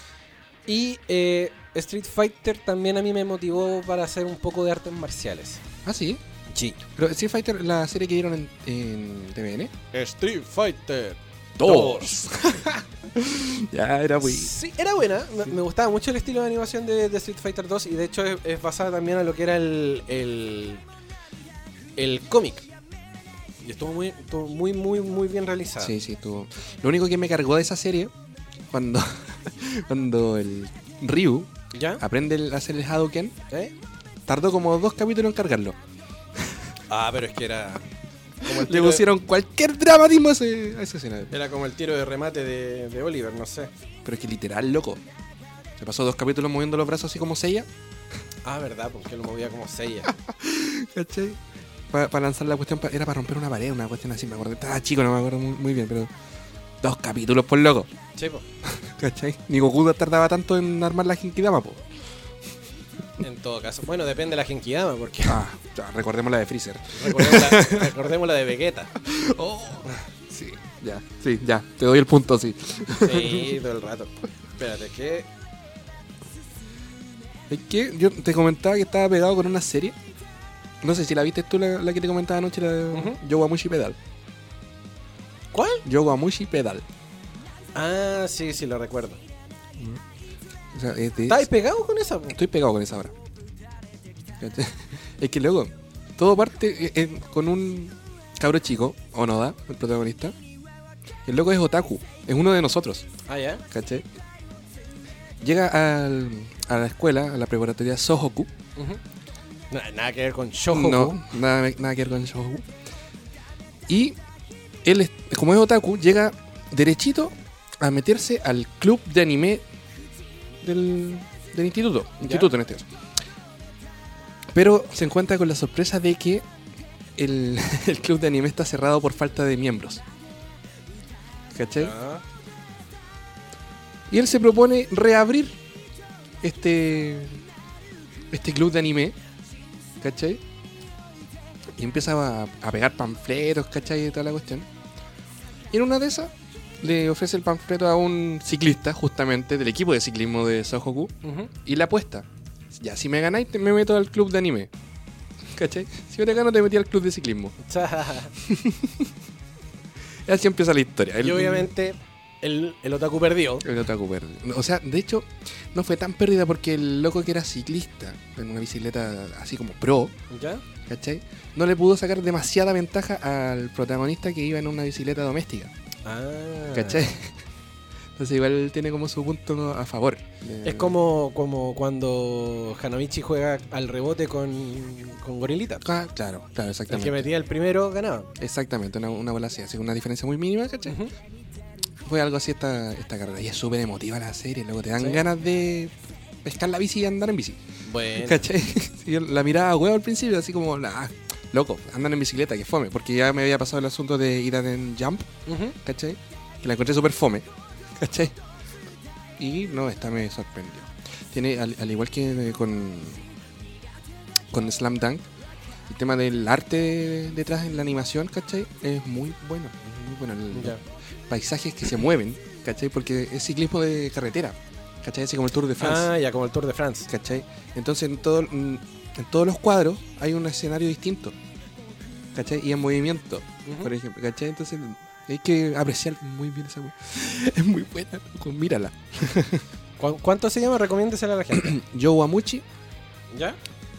Y eh, Street Fighter también a mí me motivó para hacer un poco de artes marciales.
Ah, sí.
Sí.
Pero Street Fighter, la serie que dieron en, en TVN.
Street Fighter
ya, era muy.
Sí, era buena. Me, me gustaba mucho el estilo de animación de, de Street Fighter 2 y de hecho es, es basada también a lo que era el, el, el cómic. Y estuvo muy, estuvo muy, muy, muy bien realizado.
Sí, sí, tuvo. Lo único que me cargó de esa serie, cuando, cuando el Ryu
¿Ya?
aprende el- a hacer el Hadouken,
¿Eh?
tardó como dos capítulos en cargarlo.
Ah, pero es que era. Como el
Le
tiro de,
pusieron cualquier dramatismo a, ese- a esa escena.
era como el tiro de remate de, de Oliver, no sé.
Pero es que literal, loco. Se pasó dos capítulos moviendo los brazos así como sella,
Ah, verdad, porque lo movía como Seiya.
¿cachai? Para lanzar la cuestión, pa- era para romper una pared, una cuestión así, me acuerdo. Estaba chico, no me acuerdo muy, muy bien, pero. Dos capítulos por loco,
Sí, po,
¿cachai? Ni Goku tardaba tanto en armar la Genkidama, po.
en todo caso. Bueno, depende de la Genkidama, porque
Ah, ya, recordemos la de Freezer.
recordemos la, recordemos la de Vegeta. Oh.
Sí, ya, sí, ya, te doy el punto, sí.
Sí, todo el rato. Espérate, que
Es que yo te comentaba que estaba pegado con una serie. No sé si la viste tú, la, la que te comentaba anoche, la de
Ujú.
Yowamushi Pedal.
¿Cuál?
Yowamushi Pedal.
Ah, sí, sí, lo recuerdo.
O sea, es de-
¿Estáis pegado con esa? po?
estoy pegado con esa ahora. ¿Cachai? Es que luego, todo parte eh, eh, con un cabro chico, Onoda, el protagonista. El loco es otaku, es uno de nosotros.
Ah, ya.
¿Cachai? Llega al- a la escuela, a la preparatoria Sohoku.
Na- nada que ver con Shohoku.
No, nada, nada que ver con el Shohoku. Y él, es- como es otaku, llega derechito a meterse al club de anime del, del instituto. Instituto en este caso. Pero se encuentra con la sorpresa de que el, el club de anime está cerrado por falta de miembros. ¿Cachai?
Ah,
Y él se propone reabrir este, este club de anime, ¿cachai? Y empieza a, a pegar panfletos, ¿cachai? Y toda la cuestión. Y en una de esas le ofrece el panfleto a un ciclista, justamente, del equipo de ciclismo de Sahoku,
ujú.
y la apuesta. Ya, si me ganáis, te- me meto al club de anime. ¿Cachai? Si yo te gano, te metí al club de ciclismo. Y así empieza la historia. El-
Y obviamente el, el otaku perdió.
el otaku verde. O sea, de hecho, no fue tan pérdida porque el loco que era ciclista en una bicicleta así como pro,
¿Ya?
¿cachai? No le pudo sacar demasiada ventaja al protagonista que iba en una bicicleta doméstica,
Ah.
¿cachai? Entonces igual tiene como su punto a favor.
Es como, como cuando Hanamichi juega al rebote con, con Gorilita.
Ah, claro, claro,
El que
exactamente.
metía el primero ganaba.
Exactamente, una, una bola así, así una diferencia muy mínima, ¿cachai?
Ujú.
Fue algo así esta, esta carrera. Y es súper emotiva la serie, luego te dan
Sí.
ganas de pescar la bici y andar en bici.
Bueno.
¿Cachai? Sí, yo la miraba huevo al principio, así como, "Nah, loco, andan en bicicleta, que fome. Porque ya me había pasado el asunto de ir a en Jump,
Ujú.
¿cachai? Que la encontré súper fome, ¿cachai? Y no, esta me sorprendió. Tiene, al, al igual que eh, con, con Slam Dunk, el tema del arte detrás en la animación, ¿cachai? Es muy bueno, es muy bueno. El-
Ya.
Paisajes que se mueven, ¿cachai? Porque es ciclismo de carretera, ¿cachai? Así como el Tour de France.
Ah, ya, como el Tour de France.
¿Cachai? Entonces en, todo, mm, en todos los cuadros hay un escenario distinto. ¿Cachai? Y en movimiento,
Ujú.
por ejemplo. ¿Cachai? Entonces hay que apreciar muy bien esa wea. Es muy buena. loco, Mírala.
¿Cu- ¿Cuánto se llama? Recomiéndesela a la gente.
Yowamuchi
¿Ya?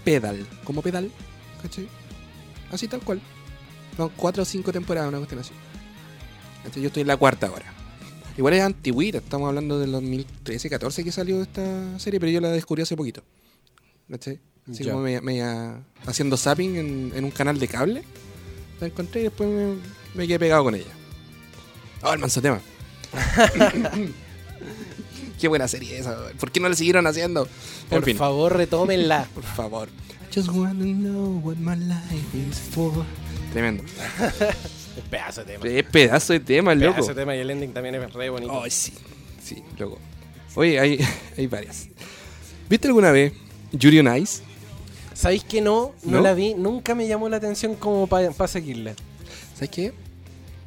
Pedal. Como pedal. ¿Cachai? Así tal cual. Son cuatro o cinco temporadas, una cuestión así. ¿Cachai? Yo estoy en la cuarta ahora. Igual es antigüita, estamos hablando del 2013, 14 que salió esta serie, pero yo la descubrí hace poquito. ¿Cachai? Así
Ya.
como media- media- haciendo zapping en, en un canal de cable. La encontré y después me, me quedé pegado con ella. Ah, el manso tema. Qué buena serie esa. ¿Por qué no la siguieron haciendo?
Por
en fin.
favor, retómenla.
Por favor. Just wanna know what my life is for. Tremendo.
Pedazo de tema.
Es pedazo de tema, loco.
Pedazo de tema y el ending también es re bonito.
Ay, sí. Sí, loco. Oye, hay, hay varias. ¿Viste alguna vez Yuri on Ice?
¿Sabéis que no? no?
¿No?
la vi. Nunca me llamó la atención como para seguirla.
¿Sabes qué?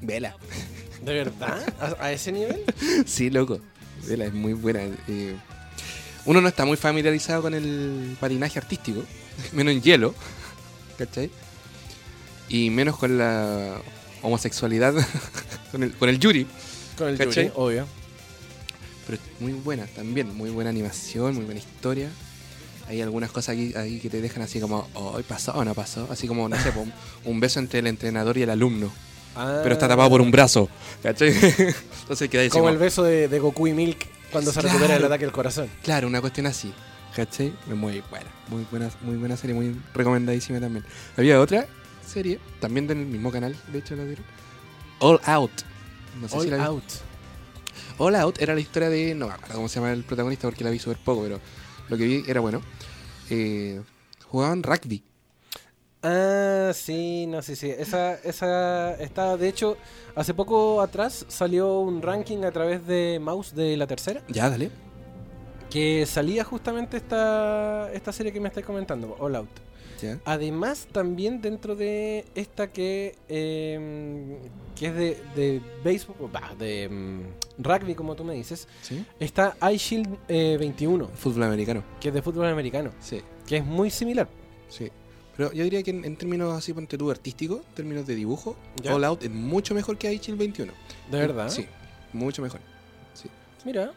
Vela.
¿De verdad? ¿A, a ese nivel?
Sí, loco. Vela, es muy buena. Eh, uno no está muy familiarizado con el patinaje artístico, menos en hielo, ¿cachai? Y menos con la homosexualidad, con el, con el Yuri.
Con el
¿Cachai?
Yuri, obvio.
Pero es muy buena también, muy buena animación, muy buena historia. Hay algunas cosas aquí, ahí que te dejan así como, hoy pasó o no pasó. Así como, no sé, po, un, un beso entre el entrenador y el alumno.
Ah,
Pero está tapado por un brazo. ¿Cachai? Entonces queda ahí así
Como
como-
el beso de, de Goku y Milk cuando se
Claro.
recupera el ataque al corazón.
Claro, una cuestión así. ¿Cachai? Muy buena. Muy buena, muy buena serie, muy recomendadísima también. Había otra serie, también del mismo canal, de hecho la dieron. All Out. No sé si la vi-
Out.
All Out era la historia de. No me acuerdo cómo se llama el protagonista porque la vi súper poco, pero lo que vi era bueno. Eh, jugaban rugby.
Ah, sí, no sé, sí, Esa, esa está, de hecho, hace poco atrás salió un ranking a través de Mouse de la tercera,
Ya, dale.
que salía justamente esta, esta serie que me estáis comentando, All Out.
Ya.
Además, también dentro de esta que, eh, que es de, de béisbol, bah, de mm, rugby, como tú me dices,
Sí.
está iShield eh, 21,
Fútbol americano.
que es de fútbol americano,
Sí.
que es muy similar.
Sí. Pero yo diría que en, en términos así, ponte tú artístico, en términos de dibujo,
Ya.
All Out es mucho mejor que Aichil 21.
De verdad.
Sí, mucho mejor.
Mira.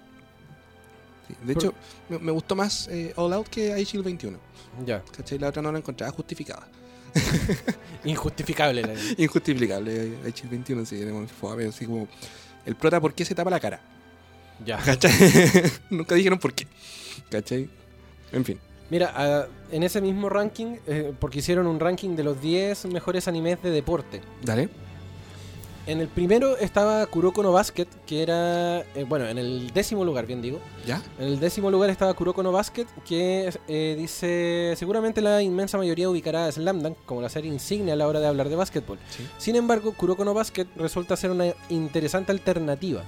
Sí. De hecho, me, me gustó más eh, All Out que Aichil 21.
Ya.
¿Cachai? La otra no la encontraba justificada.
Injustificable la
Injustificable eh, Aichil 21, si queremos fue así como. El prota, ¿por qué se tapa la cara?
Ya.
¿Cachai? Nunca dijeron por qué. ¿Cachai? En fin.
Mira, ah, en ese mismo ranking, eh, porque hicieron un ranking de los 10 mejores animes de deporte.
Dale.
En el primero estaba Kuroko no Basket, que era, eh, bueno, en el décimo lugar, bien digo.
¿Ya?
En el décimo lugar estaba Kuroko no Basket, que eh, dice, seguramente la inmensa mayoría ubicará a Slam Dunk como la serie insignia a la hora de hablar de básquetbol.
Sí.
Sin embargo, Kuroko no Basket resulta ser una interesante alternativa.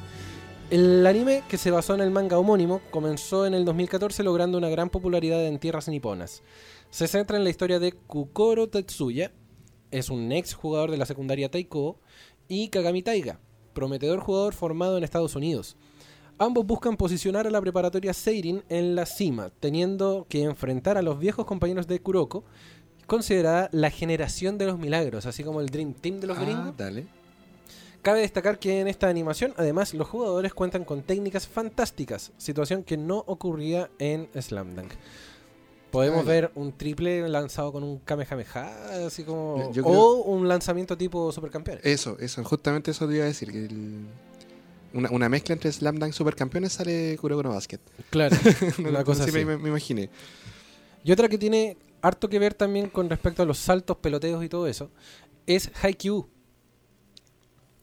El anime, que se basó en el manga homónimo, comenzó en el 2014 logrando una gran popularidad en tierras niponas. Se centra en la historia de Kukoro Tetsuya, es un ex jugador de la secundaria Taiko, y Kagami Taiga, prometedor jugador formado en Estados Unidos. Ambos buscan posicionar a la preparatoria Seirin en la cima, teniendo que enfrentar a los viejos compañeros de Kuroko, considerada la generación de los milagros, así como el Dream Team de los
Ah,
gringos.
dale.
Cabe destacar que en esta animación, además, los jugadores cuentan con técnicas fantásticas, situación que no ocurría en Slam Dunk. Podemos
Ah, ya.
ver un triple lanzado con un Kamehameha, así como.
Yo- Eh, yo
o un lanzamiento tipo supercampeones.
Eso, eso, justamente eso te iba a decir. que el- una, una mezcla entre Slam Dunk Supercampeones sale Kuroko no Basket.
Claro, una cosa
Sí,
así.
me, me imaginé.
Y otra que tiene harto que ver también con respecto a los saltos, peloteos y todo eso, es Haikyuu.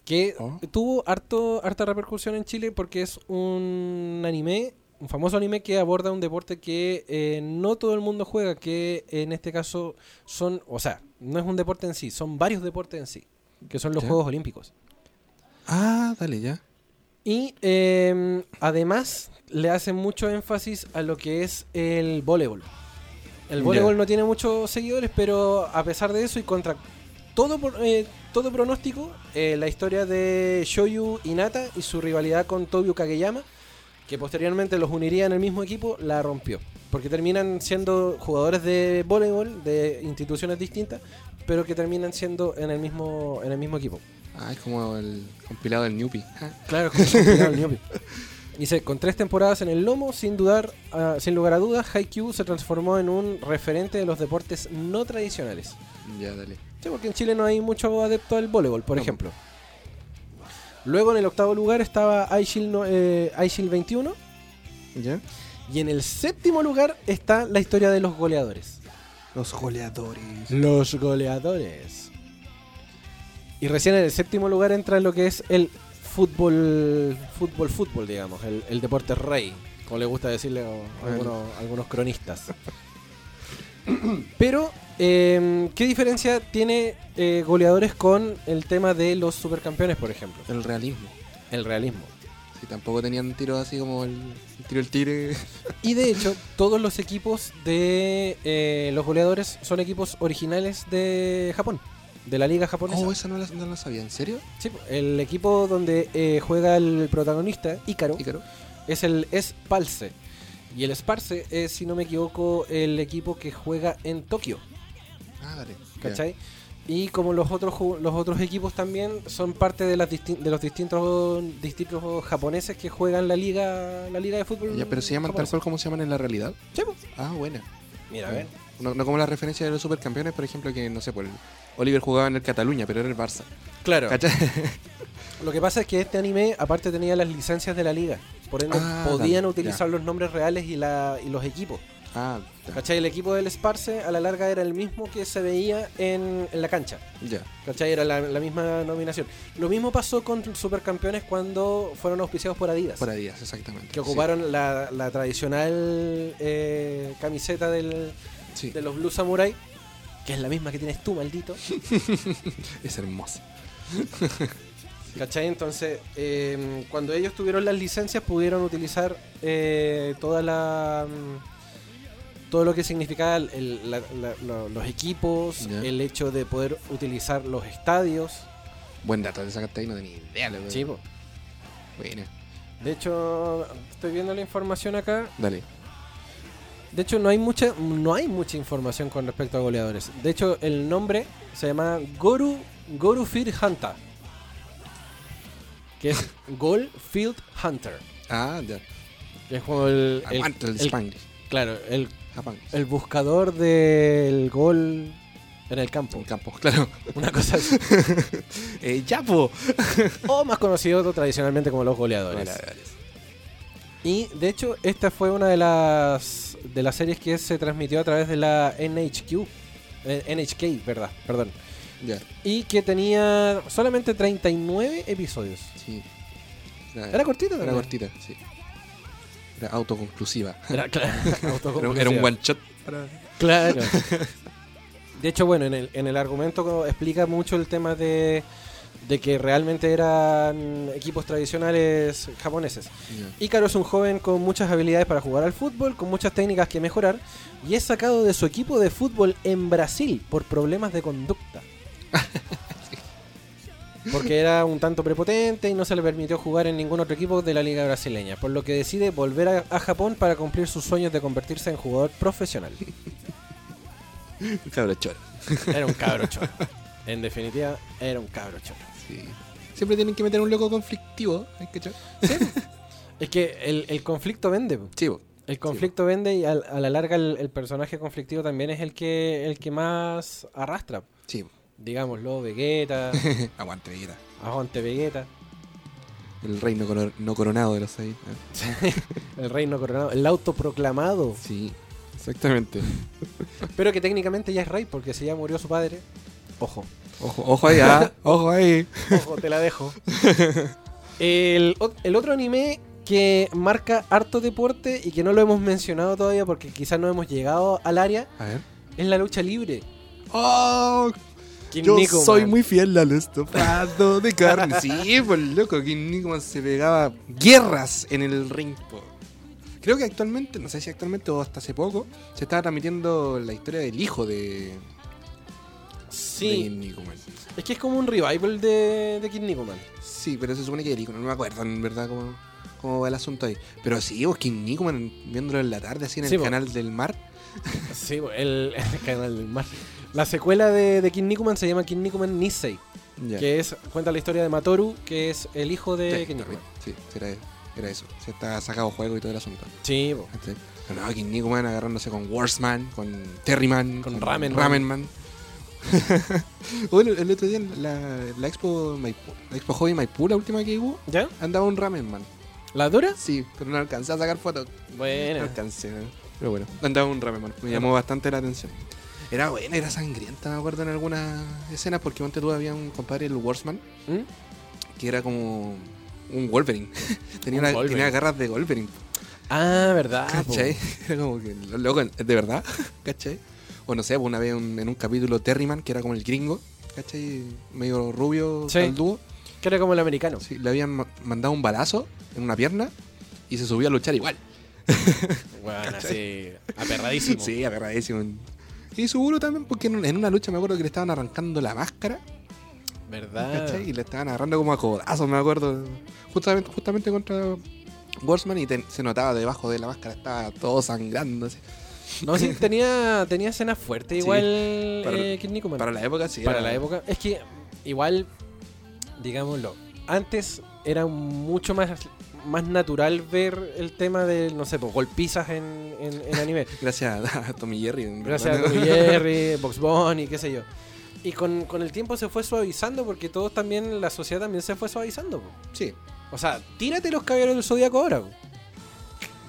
Que
Oh.
tuvo harto, harta repercusión en Chile porque es un anime, un famoso anime que aborda un deporte que eh, no todo el mundo juega, que en este caso son, o sea, no es un deporte en sí, son varios deportes en sí, que son los
Ya.
Juegos Olímpicos.
Ah, dale, ya.
Y eh, además le hacen mucho énfasis a lo que es el voleibol. El
Ya.
voleibol no tiene muchos seguidores, pero a pesar de eso y contra todo, por- eh, todo pronóstico, eh, la historia de Shoyu Inata y su rivalidad con Tobio Kageyama, que posteriormente los uniría en el mismo equipo, la rompió. Porque terminan siendo jugadores de voleibol de instituciones distintas, pero que terminan siendo en el mismo, en el mismo equipo.
Ah, es como el compilado del Newbie. Ah,
Claro, como se olvidaba el Niobe. Dice, con tres temporadas en el lomo, sin dudar, ah, sin lugar a dudas, Haikyuu se transformó en un referente de los deportes no tradicionales.
ya, dale.
Sí, porque en Chile no hay mucho adepto al voleibol, por ejemplo. Luego en el octavo lugar estaba Aishil, no- eh, Aishil 21
¿Ya?
y en el séptimo lugar está la historia de los goleadores.
Los goleadores.
Los goleadores. Y recién en el séptimo lugar entra lo que es el fútbol, fútbol, fútbol, digamos, el, el deporte rey, como le gusta decirle a algunos, algunos cronistas. Pero, eh, ¿qué diferencia tiene eh, goleadores con el tema de los supercampeones, por ejemplo?
El realismo.
El realismo.
Sí, tampoco tenían tiros así como el, el tiro del tigre.
Y de hecho, todos los equipos de eh, los goleadores son equipos originales de Japón, de la liga japonesa.
Oh, esa no la, no la sabía. ¿En serio?
Sí, po, el equipo donde eh, juega el protagonista, Ícaro,
Ícaro.
es el Spalce. Y el Sparce es, si no me equivoco, el equipo que juega en Tokio,
Ah, dale.
¿cachai? Y como los otros ju- los otros equipos también son parte de las distin- de los distintos distritos japoneses que juegan la liga la liga de
Ya,
fútbol.
Ya, pero se llaman tal
japonesa.
cual como se llaman en la realidad.
Sí, po.
Ah, buena.
Mira, a ver.
¿Eh? No, no como la referencia de los supercampeones, por ejemplo, que no sé, por el- Oliver jugaba en el Cataluña, pero era el Barça.
Claro.
¿Cachai?
Lo que pasa es que este anime aparte tenía las licencias de la liga, por ende
Ah,
podían
dale,
utilizar los nombres reales y la y los equipos.
Ah, ya.
¿Cachai? El equipo del Esparce a la larga era el mismo que se veía en, en la cancha.
ya.
¿Cachai? Era la, la misma nominación. Lo mismo pasó con Supercampeones cuando fueron auspiciados por Adidas.
Por Adidas, exactamente.
que ocuparon la, la tradicional eh, camiseta del,
Sí, sí.
de los Blue Samurai, que es la misma que tienes tú, maldito.
es hermoso.
¿Cachai? Entonces, eh, cuando ellos tuvieron las licencias, pudieron utilizar eh, toda la. mm, todo lo que significaba el- el- la- la- lo- los equipos,
Ya.
el hecho de poder utilizar los estadios.
Buen dato, te sacaste ahí, no tenía idea, loco.
Sí, po.
Buena.
De hecho, estoy viendo la información acá.
Dale.
De hecho, no hay mucha, no hay mucha información con respecto a goleadores. De hecho, el nombre se llama Goru, Goru Field Hunter. Que es Goal Field Hunter.
Ah, ya.
Que es como el, el-
Aguanta el,
el-
Spanglish.
claro, el,
Spanglish.
el buscador del gol en el campo.
Un campo, claro.
Una cosa así.
eh, ya, po.
o más conocido tradicionalmente como los goleadores. Y de hecho, esta fue una de las de las series que se transmitió a través de la NHQ. eh, NHK, verdad, perdón.
Ya,
y que tenía solamente 39 episodios.
sí.
Era cortita
Era
también.
cortita, sí. Era autoconclusiva.
Era, claro,
Era, un- era un one shot.
Claro. De hecho, bueno, en el, en el argumento co- explica mucho el tema de, de que realmente eran equipos tradicionales japoneses. Ícaro es un joven con muchas habilidades para jugar al fútbol, con muchas técnicas que mejorar, y es sacado de su equipo de fútbol en Brasil por problemas de conducta. Porque era un tanto prepotente y no se le permitió jugar en ningún otro equipo de la liga brasileña, por lo que decide volver a, a Japón para cumplir sus sueños de convertirse en jugador profesional.
Cabra chora.
Era un cabro choro. En definitiva, era un cabro choro.
Sí. Siempre tienen que meter un loco conflictivo. ¿Hay que echar?
Es que el, el conflicto vende. po.
Sí, bo.
El conflicto vende y al- a, la larga el, el personaje conflictivo también es el que el que más arrastra.
sí. bo.
Digámoslo, Vegeta,
Aguante, Vegeta.
Aguante Vegeta,
El reino color- no coronado de los Saiyans.
el reino coronado, el autoproclamado.
Sí, exactamente.
Pero que técnicamente ya es rey porque si ya murió su padre. Ojo.
Ojo, ojo ahí, ah, ojo ahí.
Ojo, te la dejo. El, ot- el otro anime que marca harto deporte y que no lo hemos mencionado todavía porque quizás no hemos llegado al área
A ver.
es la lucha libre.
Oh, yo soy muy fiel al estofado de carne. Sí, pues loco, que Nicoman se pegaba guerras en el ring. po. Creo que actualmente, no sé si actualmente o hasta hace poco, se estaba transmitiendo la historia del hijo de, de
Sí,
Nicoman.
es que es como un revival de, de Kid Nicoman.
Sí, pero se supone que el Nicoman, no me acuerdo en verdad cómo, cómo va el asunto ahí. Pero sí, vos King Nicoman viéndolo en la tarde así en
Sí,
el
po.
canal del mar.
Sí, el, canal del mar. La secuela de, de Kid Nicoman se llama Kid Nicoman Nisei,
Ya.
que es cuenta la historia de Matoru, que es el hijo de
Sí,
Kid
también.
Nicoman.
Sí, era, era eso. Se está sacado juego y todo el asunto.
Sí, po.
¿cachai? Pero no, King Nicoman agarrándose con Warsman, con Terryman,
Con Ramen Man.
Ramen Man. bueno, el otro día en la, la expo Maipú, la expo Hobby Maipú, la última que hubo,
¿Ya?
andaba un Ramen Man.
¿La dura?
Sí, pero no alcancé a sacar fotos. No
Bueno.
alcancé. ¿no? Pero bueno, andaba un Ramen Man. Me llamó bastante la atención. Era buena, era sangrienta, me acuerdo en algunas escenas, porque antes tú había un compadre, el Warsman,
¿Mm?
que era como un Wolverine. tenía,
Un
una-
Wolverine.
tenía garras de Wolverine.
Ah, verdad. po.
¿Cachai? Era como que, lo- loco, ¿es de verdad? ¿Cachai? O no sé, pues, una vez un- en un capítulo Terryman, que era como el gringo, ¿cachai? Medio rubio,
Sí.
al dúo.
Que era como el americano.
Sí, le habían ma- mandado un balazo en una pierna y se subió a luchar igual.
Bueno, así, aperradísimo.
Sí, agarradísimo. Y seguro también porque en, un- en una lucha me acuerdo que le estaban arrancando la máscara,
¿Verdad?
¿cachai? Y le estaban agarrando como a codazos, me acuerdo. Justamente, justamente contra Warsman y te- se notaba debajo de la máscara, estaba todo sangrando. así.
No, sí, tenía, tenía escenas fuertes
Sí.
igual
Para-
eh, Kid Nicoman.
Para la época sí.
Para
era-
la época. Es que igual, digámoslo, antes era mucho más, más natural ver el tema de, no sé, pues, golpizas en, en- en anime.
Gracias a, a Tommy Jerry. en
Gracias a
verdad.
Tom y Jerry, Box Bunny, qué sé yo. Y con, con el tiempo se fue suavizando porque todos también, la sociedad también se fue suavizando. po.
Sí,
O sea, tírate los caballeros del zodiaco ahora. po.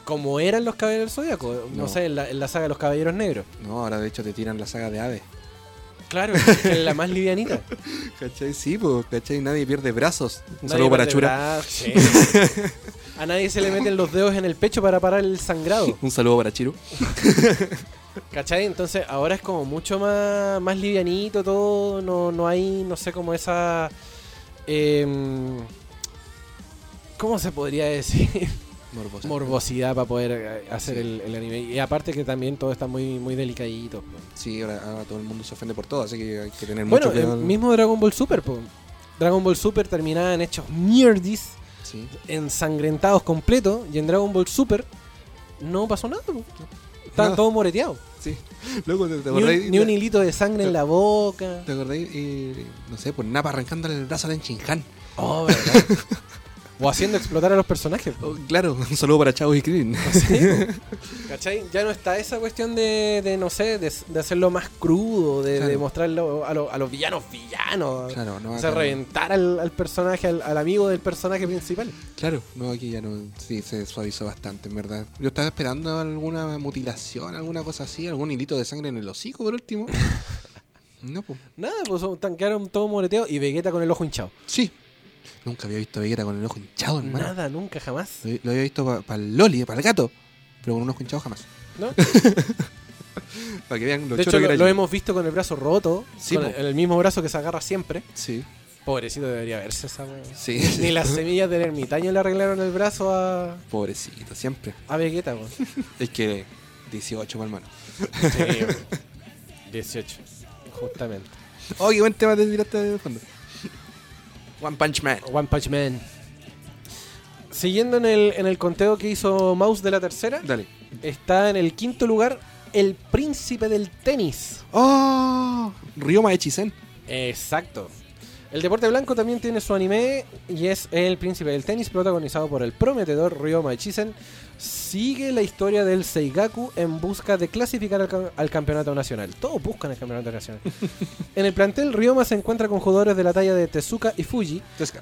Como eran los caballeros del zodiaco, no,
No.
sé, en la, en la saga de los caballeros negros.
no, ahora de hecho te tiran la saga de Hades.
Claro, es la más livianita.
¿Cachai? Sí, pues, ¿cachai? Nadie pierde brazos. Un
Nadie
saludo para
pierde
Chura.
brazos, sí. A nadie se le meten los dedos en el pecho para parar el sangrado.
Un saludo para Chiru.
¿Cachai? Entonces ahora es como mucho más, más livianito todo. No, no hay, no sé, como esa. em, ¿Cómo se podría decir?
Morbosa.
Morbosidad para poder eh, hacer el, el anime. Y aparte que también todo está muy, muy delicadito. po.
sí, ahora, ahora todo el mundo se ofende por todo, así que hay que tener
Bueno,
mucho cuidado.
el mismo Dragon Ball Super, po. Dragon Ball Super terminaba en hechos mierdis.
Sí.
ensangrentados completo y en Dragon Ball Super no pasó nada. po. Estaban
Nada.
todos moreteados.
Sí. Loco, ¿te, te
Ni
acordáis?
un, ni un hilito de sangre en la boca.
¿Te acordáis? Eh, no sé, por Napa arrancándole el brazo a Len Shinhan.
Oh, ¿verdad? o haciendo explotar a los personajes. po.
Oh, claro, un saludo para Chavo y Krillin.
¿Ah, Sí, po. ¿Cachai? Ya no está esa cuestión de, de, no sé, de, de hacerlo más crudo, de,
Claro.
de mostrarlo a, lo- a los villanos villanos.
Claro, no
o
acá
sea,
no.
reventar al, al personaje, al, al amigo del personaje principal.
Claro, no, aquí ya no. Sí, se suavizó bastante, en verdad. Yo estaba esperando alguna mutilación, alguna cosa así, algún hilito de sangre en el hocico, por último. No, pues.
Nada, pues son- tan- quedaron todos moreteados y Vegeta con el ojo hinchado.
Sí. Nunca había visto a Vegeta con el ojo hinchado, hermano.
Nada, nunca, jamás.
Lo, lo había visto para el Loli, para el gato. Pero con un ojo hinchado jamás.
¿No?
Para que vean lo
De hecho,
choro que
lo,
era
lo
yo.
hemos visto con el brazo roto,
Sí,
con
po.
el, el mismo brazo que se agarra siempre.
Sí,
Pobrecito debería verse esa weón.
sí.
Ni las semillas del ermitaño le arreglaron el brazo a,
Pobrecito, siempre.
a Vegeta, weón.
Es que 18, pa' hermano.
Sí, weón. 18, justamente.
Oh, qué buen tema te tiraste de fondo. One Punch Man.
One Punch Man. Siguiendo en el, en el conteo que hizo Mouse de la tercera,
Dale.
está en el quinto lugar el príncipe del tenis.
Oh, Ryoma Echizen.
Exacto. El deporte blanco también tiene su anime y es El Príncipe del Tenis, protagonizado por el prometedor Ryoma Echizen. Sigue la historia del Seigaku en busca de clasificar al, cam- al campeonato nacional. Todos buscan el campeonato nacional. en el plantel, Ryoma se encuentra con jugadores de la talla de Tezuka y Fuji.
Tesca.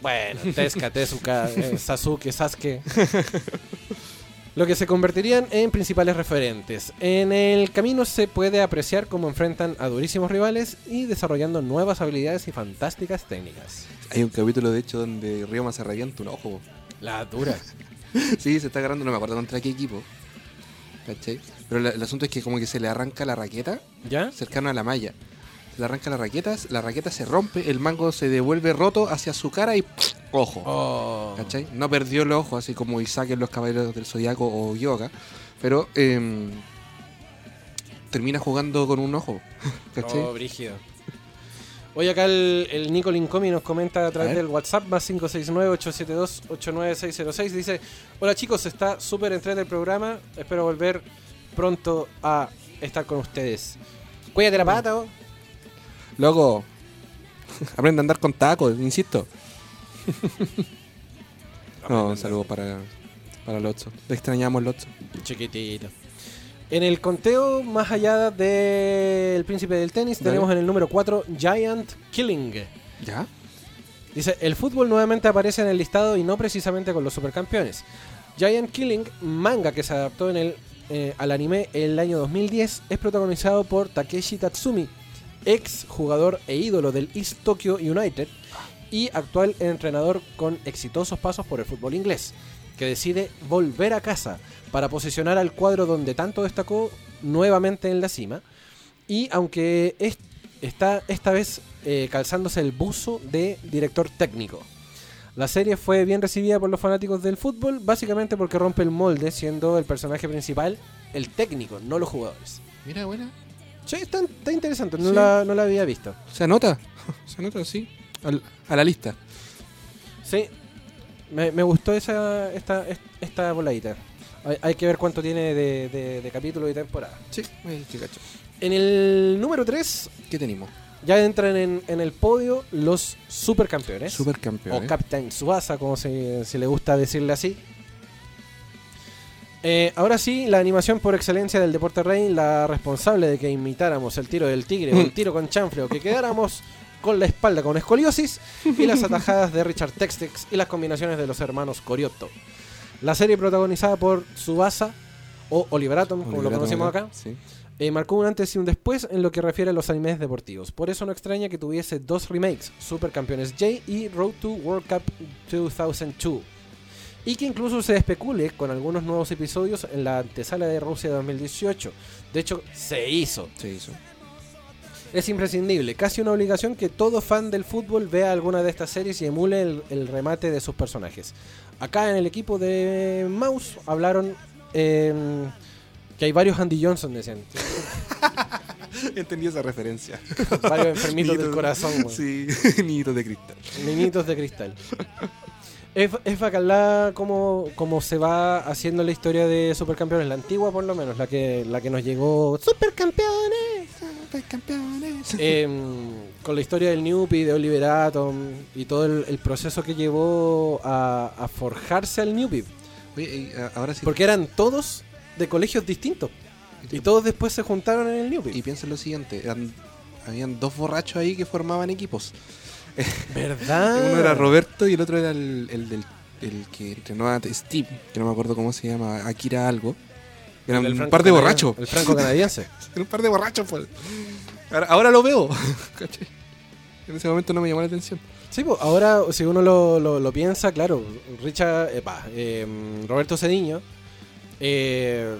Bueno, Tezuka, Tezuka, eh, Sasuke, Sasuke. Lo que se convertirían en principales referentes. En el camino se puede apreciar cómo enfrentan a durísimos rivales y desarrollando nuevas habilidades y fantásticas técnicas.
Hay un capítulo, de hecho, donde Ryoma se revienta un ojo.
La dura.
Sí, se está agarrando, no me acuerdo contra qué equipo. ¿Cachai? Pero la- el asunto es que como que se le arranca la raqueta
¿Ya?
cercano a la malla. Se le arranca la raqueta, la raqueta se rompe, el mango se devuelve roto hacia su cara y ojo.
Oh.
¿Cachai? No perdió el ojo, así como Isaac en los Caballeros del Zodiaco o Yoga, pero em, termina jugando con un ojo. ¿Cachai?
Oh, brígido. Hoy acá el, el Nico Lincomi nos comenta a través
A ver.
del WhatsApp más 569-872-89606. Dice, hola chicos, está súper entretenido el programa. Espero volver pronto a estar con ustedes. Cuídate la pata, oh.
Loco, aprende a andar con tacos, insisto. no, un saludo para, para Lotso. Le extrañamos Lotso.
Chiquitito. En el conteo más allá del príncipe del tenis,
Dale.
tenemos en el número 4 Giant Killing.
¿Ya?
Dice, el fútbol nuevamente aparece en el listado y no precisamente con los supercampeones. Giant Killing, manga que se adaptó en el, eh, al anime el año 2010, es protagonizado por Takeshi Tatsumi, ex jugador e ídolo del East Tokyo United y actual entrenador con exitosos pasos por el fútbol inglés, que decide volver a casa para posicionar al cuadro donde tanto destacó nuevamente en la cima. Y aunque es- está esta vez eh, calzándose el buzo de director técnico. La serie fue bien recibida por los fanáticos del fútbol, básicamente porque rompe el molde, siendo el personaje principal el técnico, no los jugadores.
Mira, buena.
Sí, está, está interesante, no,
Sí.
la, no la había visto.
¿Se anota? ¿Se anota? Sí. Al- a la lista.
Sí, me, me gustó esa, esta, est- esta voladita. Hay, hay que ver cuánto tiene de, de- de capítulo y temporada.
Sí, ay, qué cacho.
En el número 3
¿Qué tenemos?
ya entran en, en el podio los supercampeones.
Supercampeón.
o Captain Subasa, como se, se le gusta decirle así. Eh, ahora sí, la animación por excelencia del deporte rey, la responsable de que imitáramos el tiro del tigre o el tiro con chanfle o que quedáramos con la espalda con escoliosis y las atajadas de Richard Textex y las combinaciones de los hermanos Coriotto. La serie protagonizada por Subasa o Oliver Atom, como lo conocemos acá,
Sí.
eh, marcó un antes y un después en lo que refiere a los animes deportivos. Por eso no extraña que tuviese dos remakes, Super Campeones J y Road to World Cup 2002. Y que incluso se especule con algunos nuevos episodios en la antesala de Rusia 2018. De hecho, se hizo.
Se hizo.
Es imprescindible, casi una obligación que todo fan del fútbol vea alguna de estas series y emule el, el remate de sus personajes. Acá en el equipo de Mouse hablaron em, que hay varios Andy Johnson, decían.
Entendí esa referencia.
Varios enfermitos del corazón, weón.
Sí, niñitos de cristal.
Niñitos de cristal. Es, es bacán la- como, como se va haciendo la historia de Supercampeones, la antigua por lo menos, la que, la que nos llegó Supercampeones.
Supercampeones.
Em, con la historia del Newpi, de Oliver Atom y todo el, el proceso que llevó a, a forjarse al Newpi.
Oye, y, a- ahora sí.
Porque eran todos de colegios distintos. Y todos después se juntaron en el
Y
Newpi.
piensa en lo siguiente: eran- habían dos borrachos ahí que formaban equipos.
¿Verdad?
Uno era Roberto y el otro era el, el del- el que entrenó a Steve, que no me acuerdo cómo se llama, Akira algo. Era
El
un
franco
par de
canadien-
borrachos.
El franco canadiense.
Era un par de borrachos, pues. Ahora, ahora lo veo. ¿Cachai? En ese momento no me llamó la atención.
Sí, pues ahora si uno lo, lo- lo piensa, claro, Richard, epa, eh, Roberto Cediño, eh,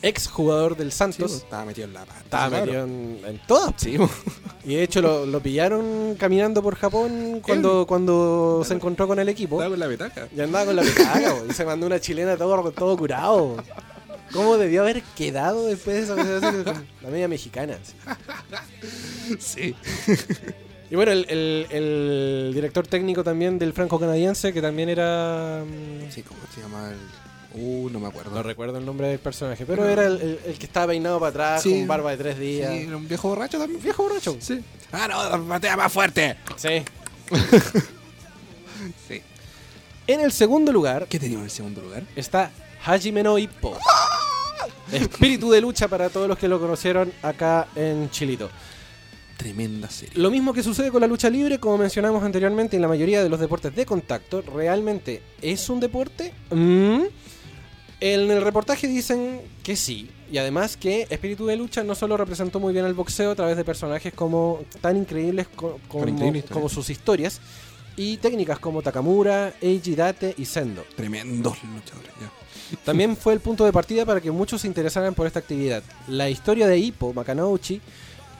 ex jugador del
Sí, pues,
Santos,
estaba metido en la pata.
estaba
claro.
metido en, en todas.
Sí, pues.
Y de hecho lo, lo pillaron caminando por Japón cuando, cuando se encontró con el equipo.
estaba con la petaca.
Y andaba con la petaca, po, y se mandó una chilena todo, todo curado. po. ¿Cómo debió haber quedado después de esa cosa? Así, La media mexicana. así.
Sí.
Y bueno, el, el- el director técnico también del franco canadiense, que también era. mm,
Sí, ¿cómo se llama el.? Uh, no me acuerdo.
No recuerdo el nombre del personaje, pero era el, el- el que estaba peinado para atrás,
Sí.
con barba de tres
Sí,
días.
era un viejo borracho también.
Viejo borracho.
Sí. Ah, no, patea más fuerte.
Sí.
Sí.
En el segundo lugar
¿Qué teníamos en el segundo lugar?
está Hajime no Ippo. Espíritu de lucha para todos los que lo conocieron acá en Chilito.
Tremenda serie.
Lo mismo que sucede con la lucha libre, como mencionamos anteriormente, en la mayoría de los deportes de contacto, ¿realmente es un deporte? Mm. En el reportaje dicen que sí, y además que Espíritu de Lucha no solo representó muy bien al boxeo a través de personajes como tan increíbles co- como,
Con increíble historia.
como sus historias, y técnicas como Takamura, Eiji Date y Sendo.
Tremendos luchadores. ya.
También fue el punto de partida para que muchos se interesaran por esta actividad. La historia de Hippo Makanouchi,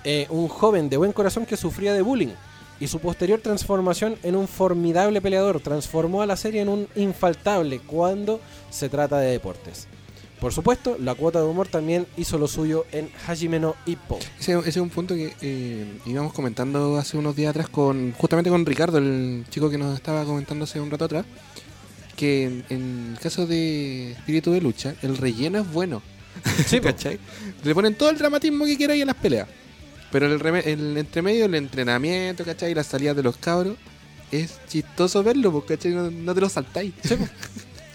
eh, un joven de buen corazón que sufría de bullying, y su posterior transformación en un formidable peleador transformó a la serie en un infaltable cuando se trata de deportes. Por supuesto, la cuota de humor también hizo lo suyo en Hajime no Ippo.
Ese, ese es un punto que eh, íbamos comentando hace unos días atrás con justamente con Ricardo, el chico que nos estaba comentando hace un rato atrás, que en, en el caso de Espíritu de Lucha, el relleno es bueno.
Sí, po.
¿Cachai? Le ponen todo el dramatismo que quieran ahí en las peleas. Pero el, reme- el entremedio, el entrenamiento, ¿cachai? Y las salidas de los cabros, es chistoso verlo, porque ¿cachai? No, no te lo saltáis.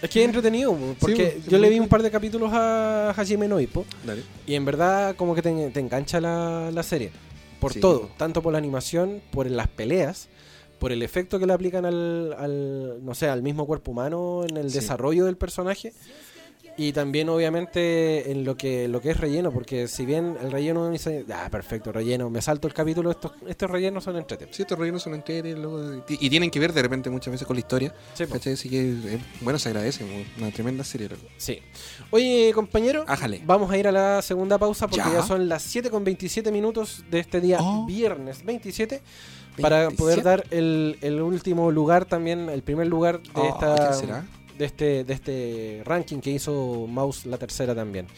Es que es entretenido, porque
Sí, po.
yo le vi un par de capítulos a Hajime no Ippo.
Dale.
Y en verdad como que te, te engancha la, la serie. Por
Sí.
todo. Tanto por la animación, por las peleas, por el efecto que le aplican al, al, no sé, al mismo cuerpo humano en el
Sí.
desarrollo del personaje. Y también obviamente en lo que, lo que es relleno, porque si bien el relleno dice, ah, perfecto, relleno, me salto el capítulo, estos, estos rellenos son entretenidos.
Sí, estos rellenos son enteros luego- y y tienen que ver de repente muchas veces con la historia.
Sí, po.
¿Cachai? Así que, eh, bueno, se agradece. Una tremenda serie. loco.
Sí. Oye, compañero,
Ájale.
vamos a ir a la segunda pausa porque ya,
Ya.
son las 7 con 27 minutos de este día,
Oh.
viernes 27, para
27.
poder dar el, el último lugar también, el primer lugar de,
Oh,
esta,
¿quién será?
de, este, de este ranking que hizo Mouse la tercera también.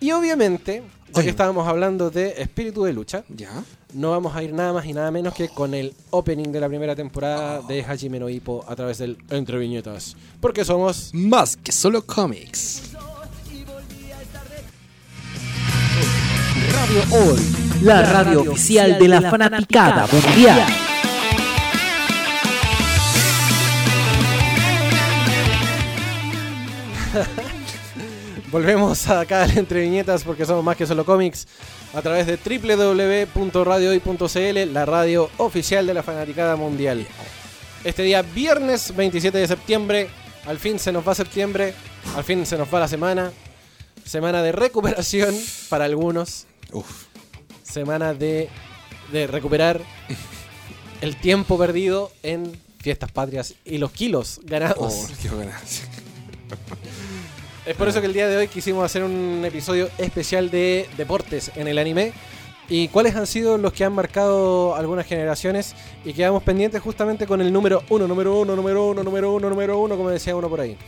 Y obviamente, ya que
Oye.
estábamos hablando de espíritu de lucha,
Ya.
no vamos a ir nada más y nada menos que con el opening de la primera temporada
Oh.
de Hajime no Ippo a través del Entre Viñetas. Porque somos...
Más que solo cómics.
Radio Hoy, la radio oficial de la fanaticada mundial.
Volvemos acá al Entre Viñetas porque somos más que solo cómics a través de www.radiohoy.cl, la radio oficial de la fanaticada mundial. Este día viernes 27 de septiembre, al fin se nos va septiembre, al fin se nos va la semana, semana de recuperación para algunos,
Uf.
semana de, de recuperar el tiempo perdido en fiestas patrias y los kilos ganados.
Oh, qué ganancia.
Es por eso que el día de hoy quisimos hacer un episodio especial de deportes en el anime. ¿Y cuáles han sido los que han marcado algunas generaciones? Y quedamos pendientes justamente con el número uno, número uno, número uno, número uno, número uno, como decía uno por ahí.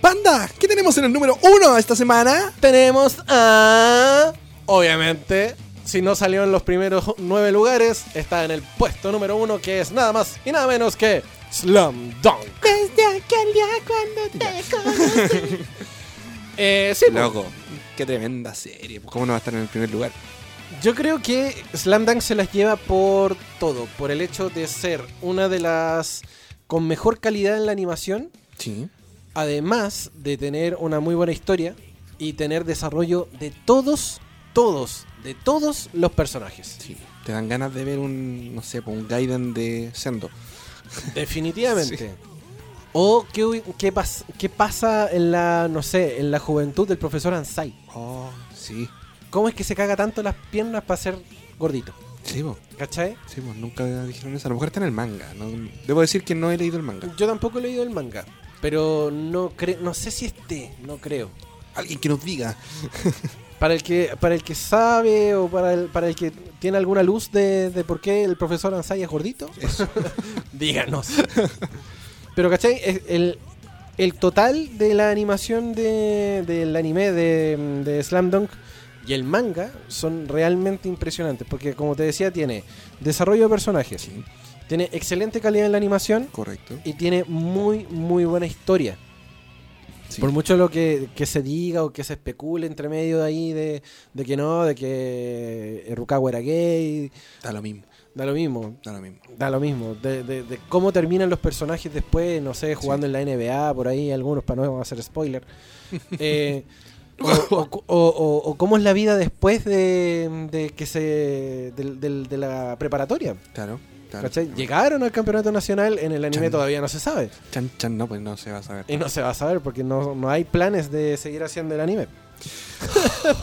Panda, ¿qué tenemos en el número uno esta semana?
Tenemos a... Obviamente, si no salió en los primeros nueve lugares, está en el puesto número uno, que es nada más y nada menos que Slam Dunk.
Desde aquel día cuando te
Eh, sí, pues,
Loco, qué tremenda serie. pues, ¿Cómo no va a estar en el primer lugar?
Yo creo que Slam Dunk se las lleva por todo, por el hecho de ser una de las con mejor calidad en la animación,
Sí.
además de tener una muy buena historia y tener desarrollo de todos, todos, de todos los personajes.
Sí. Te dan ganas de ver un, no sé, pues, un Gaiden de Sendo.
Definitivamente. O qué, hu- qué pas- qué pasa en la, no sé, en la juventud del profesor Ansai.
Oh, sí.
¿Cómo es que se caga tanto las piernas para ser gordito?
Sí, vos.
¿Cachai?
Sí, vos, Nunca dijeron eso. A lo mejor está en el manga. ¿no? Debo decir que no he leído el manga.
Yo tampoco he leído el manga, pero no cre no sé si esté, no creo.
Alguien que nos diga.
Para el que para el que sabe o para el, para el que tiene alguna luz de, de por qué el profesor Ansai es gordito, díganos. pero ¿cachai? Es- El, el total de la animación de, del anime de, de Slam Dunk y el manga son realmente impresionantes, porque como te decía, tiene desarrollo de personajes, tiene excelente calidad en la animación,
Correcto.
y tiene muy, muy buena historia.
Sí.
Por mucho lo que, que se diga o que se especule entre medio de ahí de, de que no, de que Rukawa era gay,
Está lo mismo.
da lo mismo.
Está lo mismo.
Da lo mismo. De, de- de cómo terminan los personajes después, no sé, jugando en la NBA, por ahí algunos para no hacer spoiler. Eh, o, o cu- o- o- o cómo es la vida después de, de que se del- del- de la preparatoria.
Claro. claro.
¿cachai? Llegaron al campeonato nacional, en el anime
Chan.
todavía no se sabe.
Chan, chan, no, pues no se va a saber.
Y no se va a saber porque no, no hay planes de seguir haciendo el anime.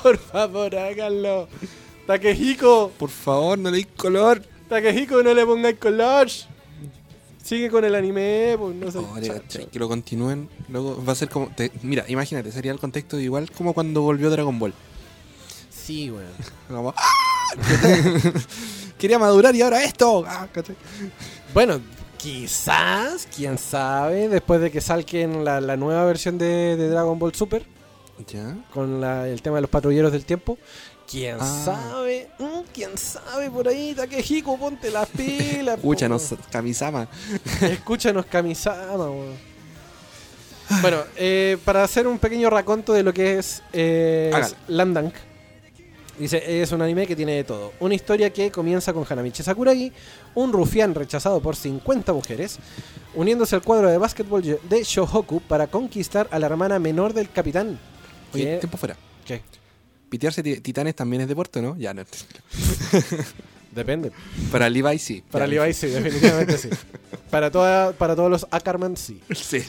Por favor, háganlo. Takehiko,
Por favor, no le di color.
Takehiko, no le pongáis color. Sigue con el anime, pues no sé.
Pobre, ¿cachai? Oh, que lo continúen. Luego va a ser como. te- mira, imagínate, sería el contexto igual como cuando volvió Dragon Ball.
Sí, weón.
Como, ¡ah! Quería madurar y ahora esto. Ah, ¿cachai?
Bueno, quizás, quién sabe, después de que salquen la, la nueva versión de, de Dragon Ball Super
Ya.
con la- el tema de los patrulleros del tiempo. Quién
Ah.
sabe, Mm, quién sabe por ahí, Takehiko, ponte las pilas. po, weón.
Escúchanos, Kamisama.
Escúchanos, Kamisama. weón. Bueno, eh, para hacer un pequeño raconto de lo que es eh,
Hágalo.
Slam Dunk. Dice, es un anime que tiene de todo. Una historia que comienza con Hanamichi Sakuragi, un rufián rechazado por 50 mujeres, uniéndose al cuadro de básquetbol de Shohoku para conquistar a la hermana menor del capitán.
Oye,
que-
tiempo fuera.
¿Qué?
Pitearse ti- titanes también es deporte, ¿no? Ya, no.
Depende.
Para Levi sí.
Para
Ya,
Levi sí, definitivamente sí. Para, toda, para todos los Ackerman sí.
Sí.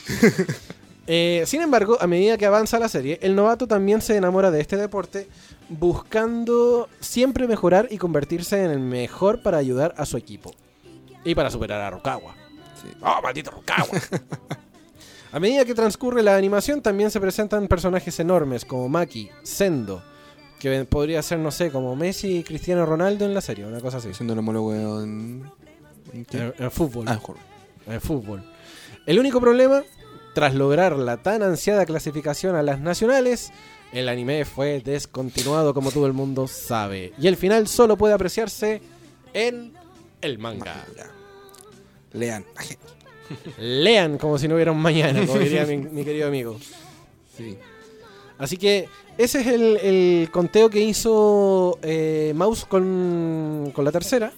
Eh, sin embargo, a medida que avanza la serie, el novato también se enamora de este deporte, buscando siempre mejorar y convertirse en el mejor para ayudar a su equipo. Y para superar a Rukawa. ¡Oh, maldito Rukawa! a medida que transcurre la animación, también se presentan personajes enormes como Maki, Sendo, que podría ser, no sé, como Messi y Cristiano Ronaldo en la serie, una cosa así.
Siendo el homólogo en. en qué?
En, en fútbol.
Ah, en juego.
El eh, fútbol. El único problema, tras lograr la tan ansiada clasificación a las nacionales, el anime fue descontinuado como todo el mundo sabe. Y el final solo puede apreciarse en el manga.
Ya. Lean. Ah,
Lean como si no hubiera un mañana, como diría mi, mi querido amigo.
Sí.
Así que ese es el, el conteo que hizo eh, Mouse con, con la tercera.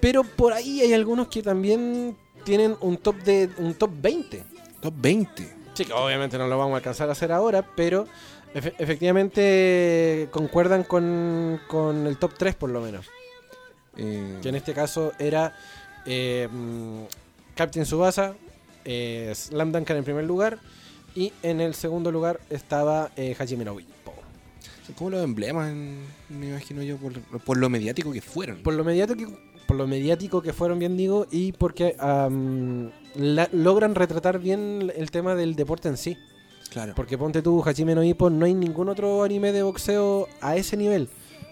Pero por ahí hay algunos que también tienen un top de un top 20.
Top 20.
Sí, que obviamente no lo vamos a alcanzar a hacer ahora, pero efe- efectivamente concuerdan con, con el top 3 por lo menos.
Eh,
Que en este caso era eh, mm, Captain Subasa, eh, Slam Dunk en el primer lugar y en el segundo lugar estaba eh, Hajime no Ippo.
Son como los emblemas, en- me imagino yo, por, por lo mediático que fueron.
Por lo mediático, por lo mediático que fueron bien digo y porque am, la- logran retratar bien el tema del deporte en sí.
claro.
Porque ponte tú, Hajime no Ippo, no hay ningún otro anime de boxeo a ese nivel.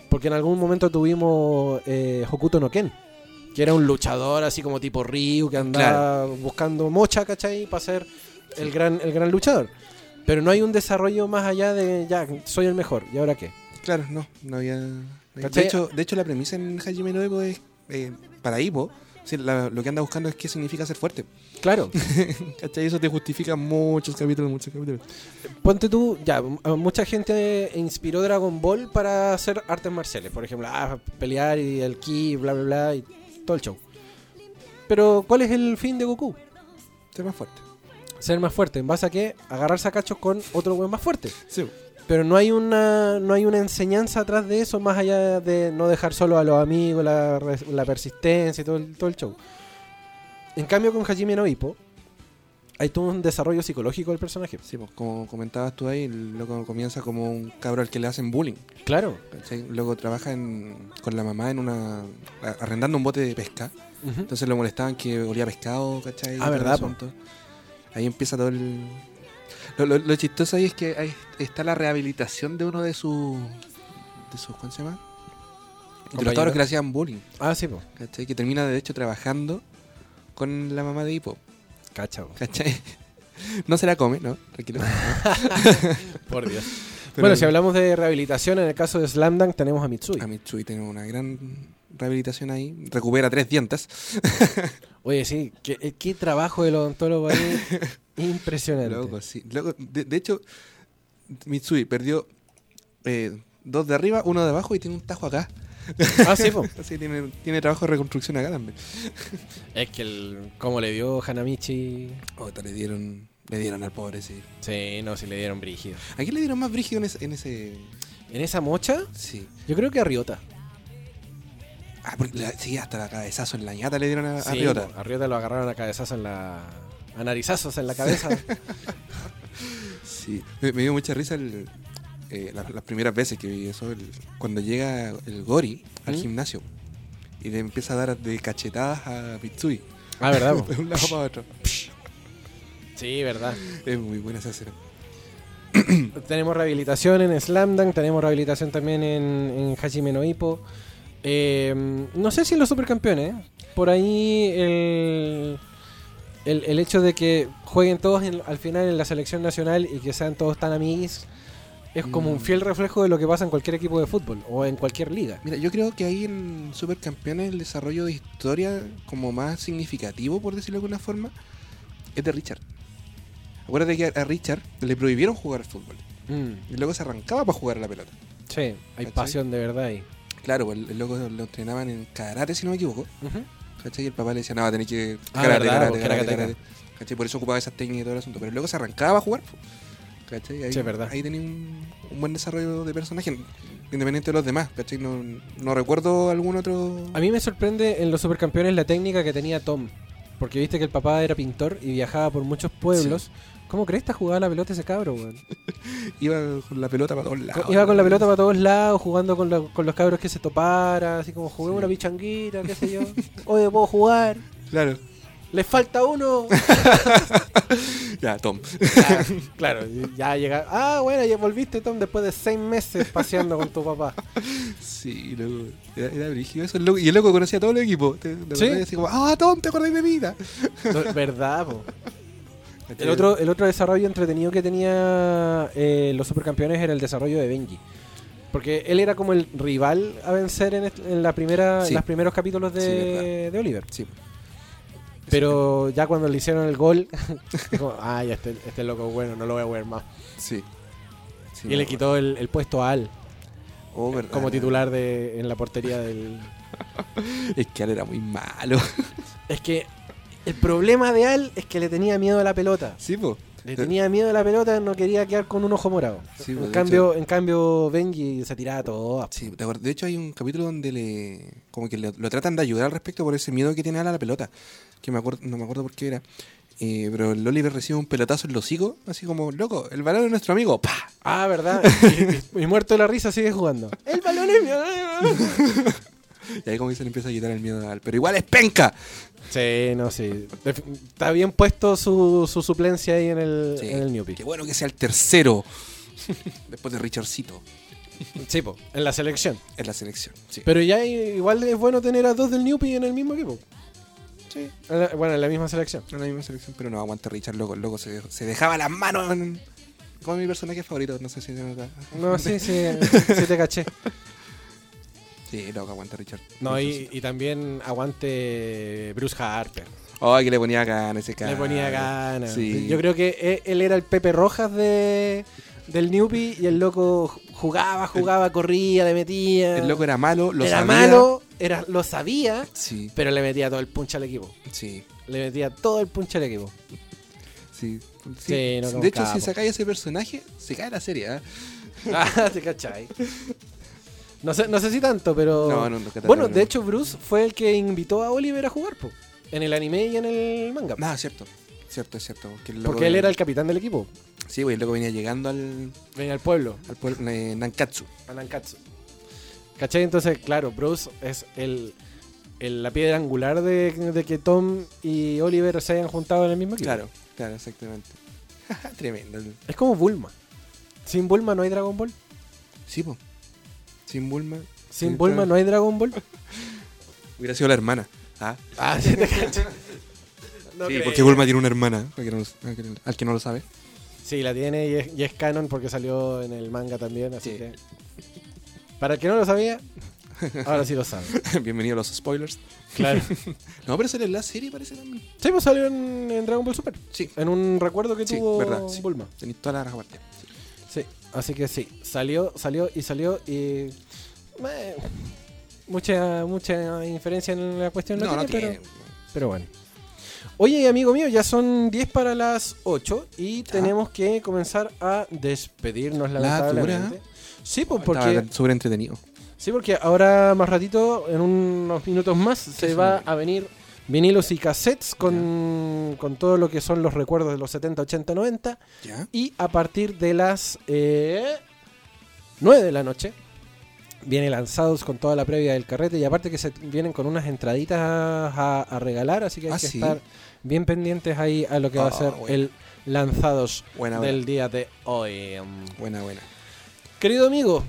Porque en algún momento tuvimos eh, Hokuto no Ken, que era un luchador así como tipo Ryu, que andaba buscando mocha, ¿cachai? Para ser el gran, el gran luchador. Pero no hay un desarrollo más allá de, ya, soy el mejor, ¿y ahora qué?
Claro, no, no había. De
¿Cachai?
hecho, de hecho, la premisa en Hajime no Ippo es. eh, para Ivo, lo que anda buscando es qué significa ser fuerte.
Claro,
¿Cachai? Eso te justifica muchos capítulos, muchos capítulos.
ponte tú, ya, m- a mucha gente inspiró Dragon Ball para hacer artes marciales. Por ejemplo, ah, pelear y el ki, bla, bla, bla, y todo el show. Pero, ¿cuál es el fin de Goku?
Ser más fuerte.
ser más fuerte. ¿En base a qué? Agarrarse a cachos con otro weón más fuerte.
Sí.
Pero no hay una no hay una enseñanza atrás de eso, más allá de no dejar solo a los amigos, la, res- la persistencia y todo el, todo el show. En cambio, con Hajime no Ippo, hay todo un desarrollo psicológico del personaje.
Sí, pues como comentabas tú ahí, el loco comienza como un cabro al que le hacen bullying.
Claro.
¿cachai? Luego trabaja en- con la mamá en una a- arrendando un bote de pesca. Entonces lo molestaban que olía a pescado, ¿cachai?
Ah,
Todo
¿verdad,
el asunto. Ahí empieza todo el... Lo, lo- lo chistoso ahí es que ahí está la rehabilitación de uno de sus... De sus ¿Cómo se llama? De los
Compañero.
cabros que le hacían bullying,
Ah, sí, pues.
¿cachai? Que termina de hecho trabajando con la mamá de Hippo,
Cacha, po.
¿cachai? No se la come, ¿no? Tranquilo.
Por Dios.
Pero-
bueno, si hablamos de rehabilitación, en el caso de Slam Dunk tenemos a Mitsui.
A Mitsui tiene una gran rehabilitación ahí. Recupera tres dientes.
Oye, sí, qué, eh, qué trabajo del odontólogo ahí. Impresionante.
Loco, sí. Loco, de, de hecho, Mitsui perdió eh, dos de arriba, uno de abajo y tiene un tajo acá.
Ah, sí, po.
Así tiene, tiene trabajo de reconstrucción acá también.
Es que el, como le dio Hanamichi.
Otra Oh, le dieron, le dieron al pobre, sí.
Sí, no, sí le dieron brígido.
¿A quién le dieron más brígido en ese, en ese-
En esa mocha,
Sí.
yo creo que a Riota.
Ah, porque la- sí, hasta la cabezazo en la ñata le dieron a, a
Ah, Sí,
Ryota.
A Riota lo agarraron a cabezazo en la. a narizazos en la cabeza.
Sí. Me, me dio mucha risa el- eh, la- las primeras veces que vi eso. el- cuando llega el Gori al
¿Mm?
gimnasio y le empieza a dar de cachetadas a Mitsui.
ah, ¿verdad? po?
De un lado para otro.
Sí, verdad.
Es muy buena esa escena.
Tenemos rehabilitación en Slam Dunk, tenemos rehabilitación también en, en Hajime no Ippo. Eh, no sé si en los supercampeones. ¿eh? Por ahí el, el, el hecho de que jueguen todos en- al final en la selección nacional y que sean todos tan amiguis es como un fiel reflejo de lo que pasa en cualquier equipo de fútbol o en cualquier liga.
Mira, yo creo que ahí en Supercampeones el desarrollo de historia como más significativo, por decirlo de alguna forma, es de Richard. Acuérdate que a- a Richard le prohibieron jugar al fútbol.
Mm.
Y luego se arrancaba para jugar a la pelota.
sí, hay
¿Cachai?
pasión de verdad ahí.
Claro, pues, el loco lo entrenaban en karate, si no me equivoco. ¿Cachai? Y el papá le decía, no, tenés que...
Ah,
Karate,
verdad,
karate,
porque era
karate,
karateka.
karate". ¿Cachai? Por eso ocupaba esas técnicas y todo el asunto. Pero luego se arrancaba a jugar. po. ¿Cachai? Ahí,
Sí, es verdad.
ahí tenía un, un buen desarrollo de personaje, independiente de los demás. ¿Cachai? No, no recuerdo algún otro...
A mí me sorprende en los supercampeones la técnica que tenía Tom. Porque viste que el papá era pintor y viajaba por muchos pueblos. ¿Cómo crees que jugaba la pelota ese cabro, weón?
Iba con la pelota para todos lados.
Iba con la pelota para todos lados, jugando con, la- con los cabros que se topara, así como jugué una pichanguita, qué sé yo. Oye, puedo jugar.
Claro.
Les falta uno.
Ya, Tom.
Ah, claro, ya llega. Ah, bueno, ya volviste, Tom, después de seis meses paseando con tu papá.
Sí, loco. Era, era brígido eso. el loco- y el loco conocía a todo el equipo. Te- de
Sí.
verdad, así como, ah, Tom, te acordás de mí.
No, ¿Verdad, po? El otro, el otro desarrollo entretenido que tenía eh, los supercampeones era el desarrollo de Benji. Porque él era como el rival a vencer en, est- en la primera,
Sí.
en los primeros capítulos de,
Sí, verdad.
de Oliver.
Sí.
Pero ya cuando le hicieron el gol, dijo, ay, este, este loco es bueno, no lo voy a ver más.
Sí. Sí,
y le
no,
quitó el, el puesto a Al
oh, verdad.
como titular de, en la portería del...
Es que Al era muy malo.
Es que el problema de Al es que le tenía miedo a la pelota.
Sí, po.
Le
Eh,
tenía miedo a la pelota, no quería quedar con un ojo morado.
Sí, pues,
en,
de
cambio, en cambio, Benji se tiraba todo.
Sí, pues. de acuerdo. de hecho hay un capítulo donde le como que le- lo tratan de ayudar al respecto por ese miedo que tiene Al a la pelota, que me acuerdo, no me acuerdo por qué era. Eh, pero el Oliver recibe un pelotazo en los hocico, así como, loco, el balón es nuestro amigo, ¡pah!
Ah, ¿verdad? y, y- y muerto de la risa sigue jugando. El balón es mío.
Y ahí como que se le empieza a quitar el miedo a Al, pero igual es penca.
Sí, no, sí. Def- Está bien puesto su, su suplencia ahí en el,
Sí,
en el Newbie.
Qué bueno que sea el tercero, después de Richardcito,
Sí, po, en la selección.
en la selección. Sí.
Pero ya i- igual es bueno tener a dos del Newbie en el mismo equipo.
Sí,
En la- bueno, en la misma selección.
en la misma selección, pero no aguanta Richard, loco, el loco se, se dejaba las manos. en- Como mi personaje favorito, no sé si se nota.
No, sí, sí, sí te caché.
Sí, loco, aguanta Richard.
No, y,
Richardcito.
y también aguante Bruce Harper.
Ay, Oh, que le ponía ganas ese cara.
Le ponía ganas.
Sí.
Yo creo que e- él era el Pepe Rojas de, del Newbie y el loco ju- jugaba, jugaba, corría, le metía.
El loco era malo, lo
Era
sabía.
malo, era, lo sabía,
Sí,
pero le metía todo el punch al equipo.
sí,
Le metía todo el punch al equipo.
sí.
Sí, no, como
de hecho,
capo.
si sacáis ese personaje, se cae la serie, ¿eh?
Ah, te cachai. No sé, no sé si tanto, pero.
No, no, no, que tanto,
bueno,
no.
de hecho, Bruce fue el que invitó a Oliver a jugar, po, En el anime y en el manga.
Nada, cierto.
Sí,
Cierto, es cierto. porque el loco
Porque él era
venía-
el capitán del equipo.
Sí, güey, el loco venía llegando al,
Venía al pueblo,
al pueblo eh, Nankatsu.
a Nankatsu. ¿Cachai? Entonces, claro, Bruce es el, el- la piedra angular de, de que Tom y Oliver se hayan juntado en el mismo equipo.
Claro, claro, exactamente. Tremendo.
Es como Bulma. Sin Bulma no hay Dragon Ball.
Sí, po. Sin Bulma.
Sin
Sí,
Bulma
claro.
no hay Dragon Ball.
Hubiera sido la hermana. Ah,
Ah, sí, te cacho. No
sí,
creo.
porque Bulma tiene una hermana. para que no lo- al que no- al que no lo sabe.
Sí, la tiene y es, y es canon porque salió en el manga también, así
Sí.
que... Para el que no lo sabía, ahora sí lo sabe.
Bienvenido a los spoilers.
Claro.
No, pero sale en la serie, parece también.
Sí, pues salió en, en Dragon Ball Super.
Sí,
En un recuerdo que
sí,
tuvo
verdad. sí.
Bulma.
Tenéis toda la raja partida. Sí.
Sí, así que sí. Salió, salió y salió y... meh, mucha, mucha inferencia en la cuestión.
No, no
tiene, pero-
tiene.
Pero bueno. Oye, amigo mío, ya son 10 para las 8 y tenemos que comenzar a despedirnos
La
lamentablemente. Sí, pues porque,
Estaba súper entretenido.
sí, porque ahora más ratito, en unos minutos más, se va a venir vinilos y cassettes con, con todo lo que son los recuerdos de los 70, 80, 90.
¿Ya?
Y a partir de las eh, 9 de la noche viene lanzados con toda la previa del carrete y aparte que se t- vienen con unas entraditas a, a regalar, así que hay
Ah,
que
sí.
estar bien pendientes ahí a lo que va a
Ah,
ser
bueno.
el lanzados
Buena,
del
buena.
día de hoy. Mm.
Buena, buena.
Querido amigo,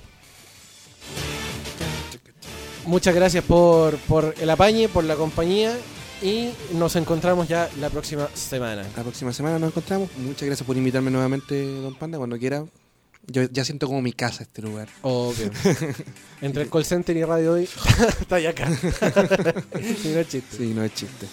muchas gracias por, por el apañe, por la compañía y nos encontramos ya la próxima semana.
La próxima semana nos encontramos. Muchas gracias por invitarme nuevamente, don Panda, cuando quiera. Yo ya siento como mi casa este lugar.
Obvio. Entre el call center y radio hoy está ya acá. Sí, no es chiste.
Sí, no es chiste.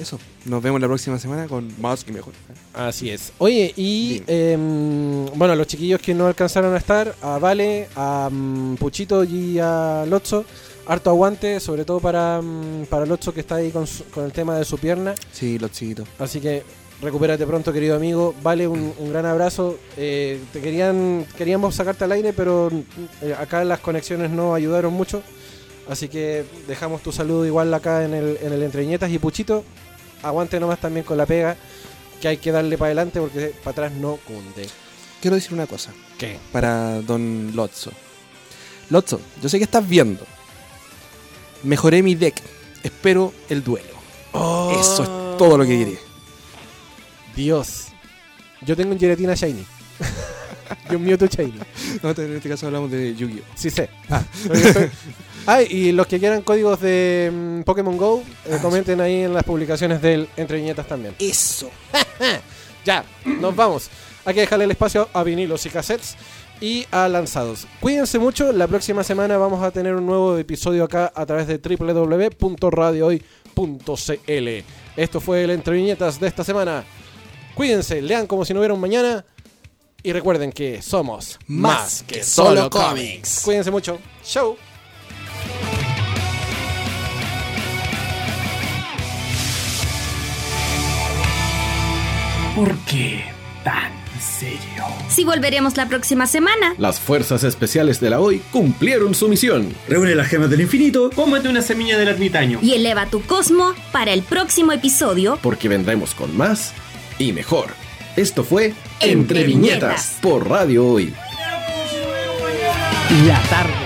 Eso, nos vemos la próxima semana con más y mejor.
Así es. Oye, y
Dime.
em, bueno, los chiquillos que no alcanzaron a estar, a Vale, a mm, Puchito y a Lotso, harto aguante, sobre todo para, mm, para Lotso que está ahí con, su- con el tema de su pierna.
Sí, los chiquitos.
Así que recupérate pronto, querido amigo. Vale, un, un gran abrazo. Eh, te querían, queríamos sacarte al aire, pero eh, acá las conexiones no ayudaron mucho. Así que dejamos tu saludo igual acá en el, en el Entreñetas. Y Puchito, aguante nomás también con la pega, que hay que darle para adelante porque para atrás no cunde.
Quiero decir una cosa
¿Qué?
para don Lotso. Lotso, yo sé que estás viendo. Mejoré mi deck. Espero el duelo. Eso es todo lo que quería.
Dios. Yo tengo un Giratina Shiny. y un Mewtwo Shiny.
No, en este caso hablamos de Yu-Gi-Oh!
Sí sé. Ah, y los que quieran códigos de mm, Pokémon Go,
Ah,
eh, comenten ahí en las publicaciones del Entre Viñetas también.
Eso.
Ya, nos vamos. Hay que dejarle el espacio a vinilos y cassettes y a lanzados. Cuídense mucho, la próxima semana vamos a tener un nuevo episodio acá a través de www.radiohoy.cl. Esto fue el Entre Viñetas de esta semana. Cuídense, lean como si no hubiera un mañana y recuerden que somos
Más que solo cómics.
Cuídense mucho. Chau.
¿Por qué tan serio?
Sí volveremos la próxima semana.
Las fuerzas especiales de la OI cumplieron su misión.
Reúne las gemas del infinito
Cómete una semilla del ermitaño.
Y eleva tu cosmo para el próximo episodio.
Porque vendremos con más y mejor. Esto fue
Entre
Entre Viñetas
Viñetas.
por Radio Hoy.
La tarde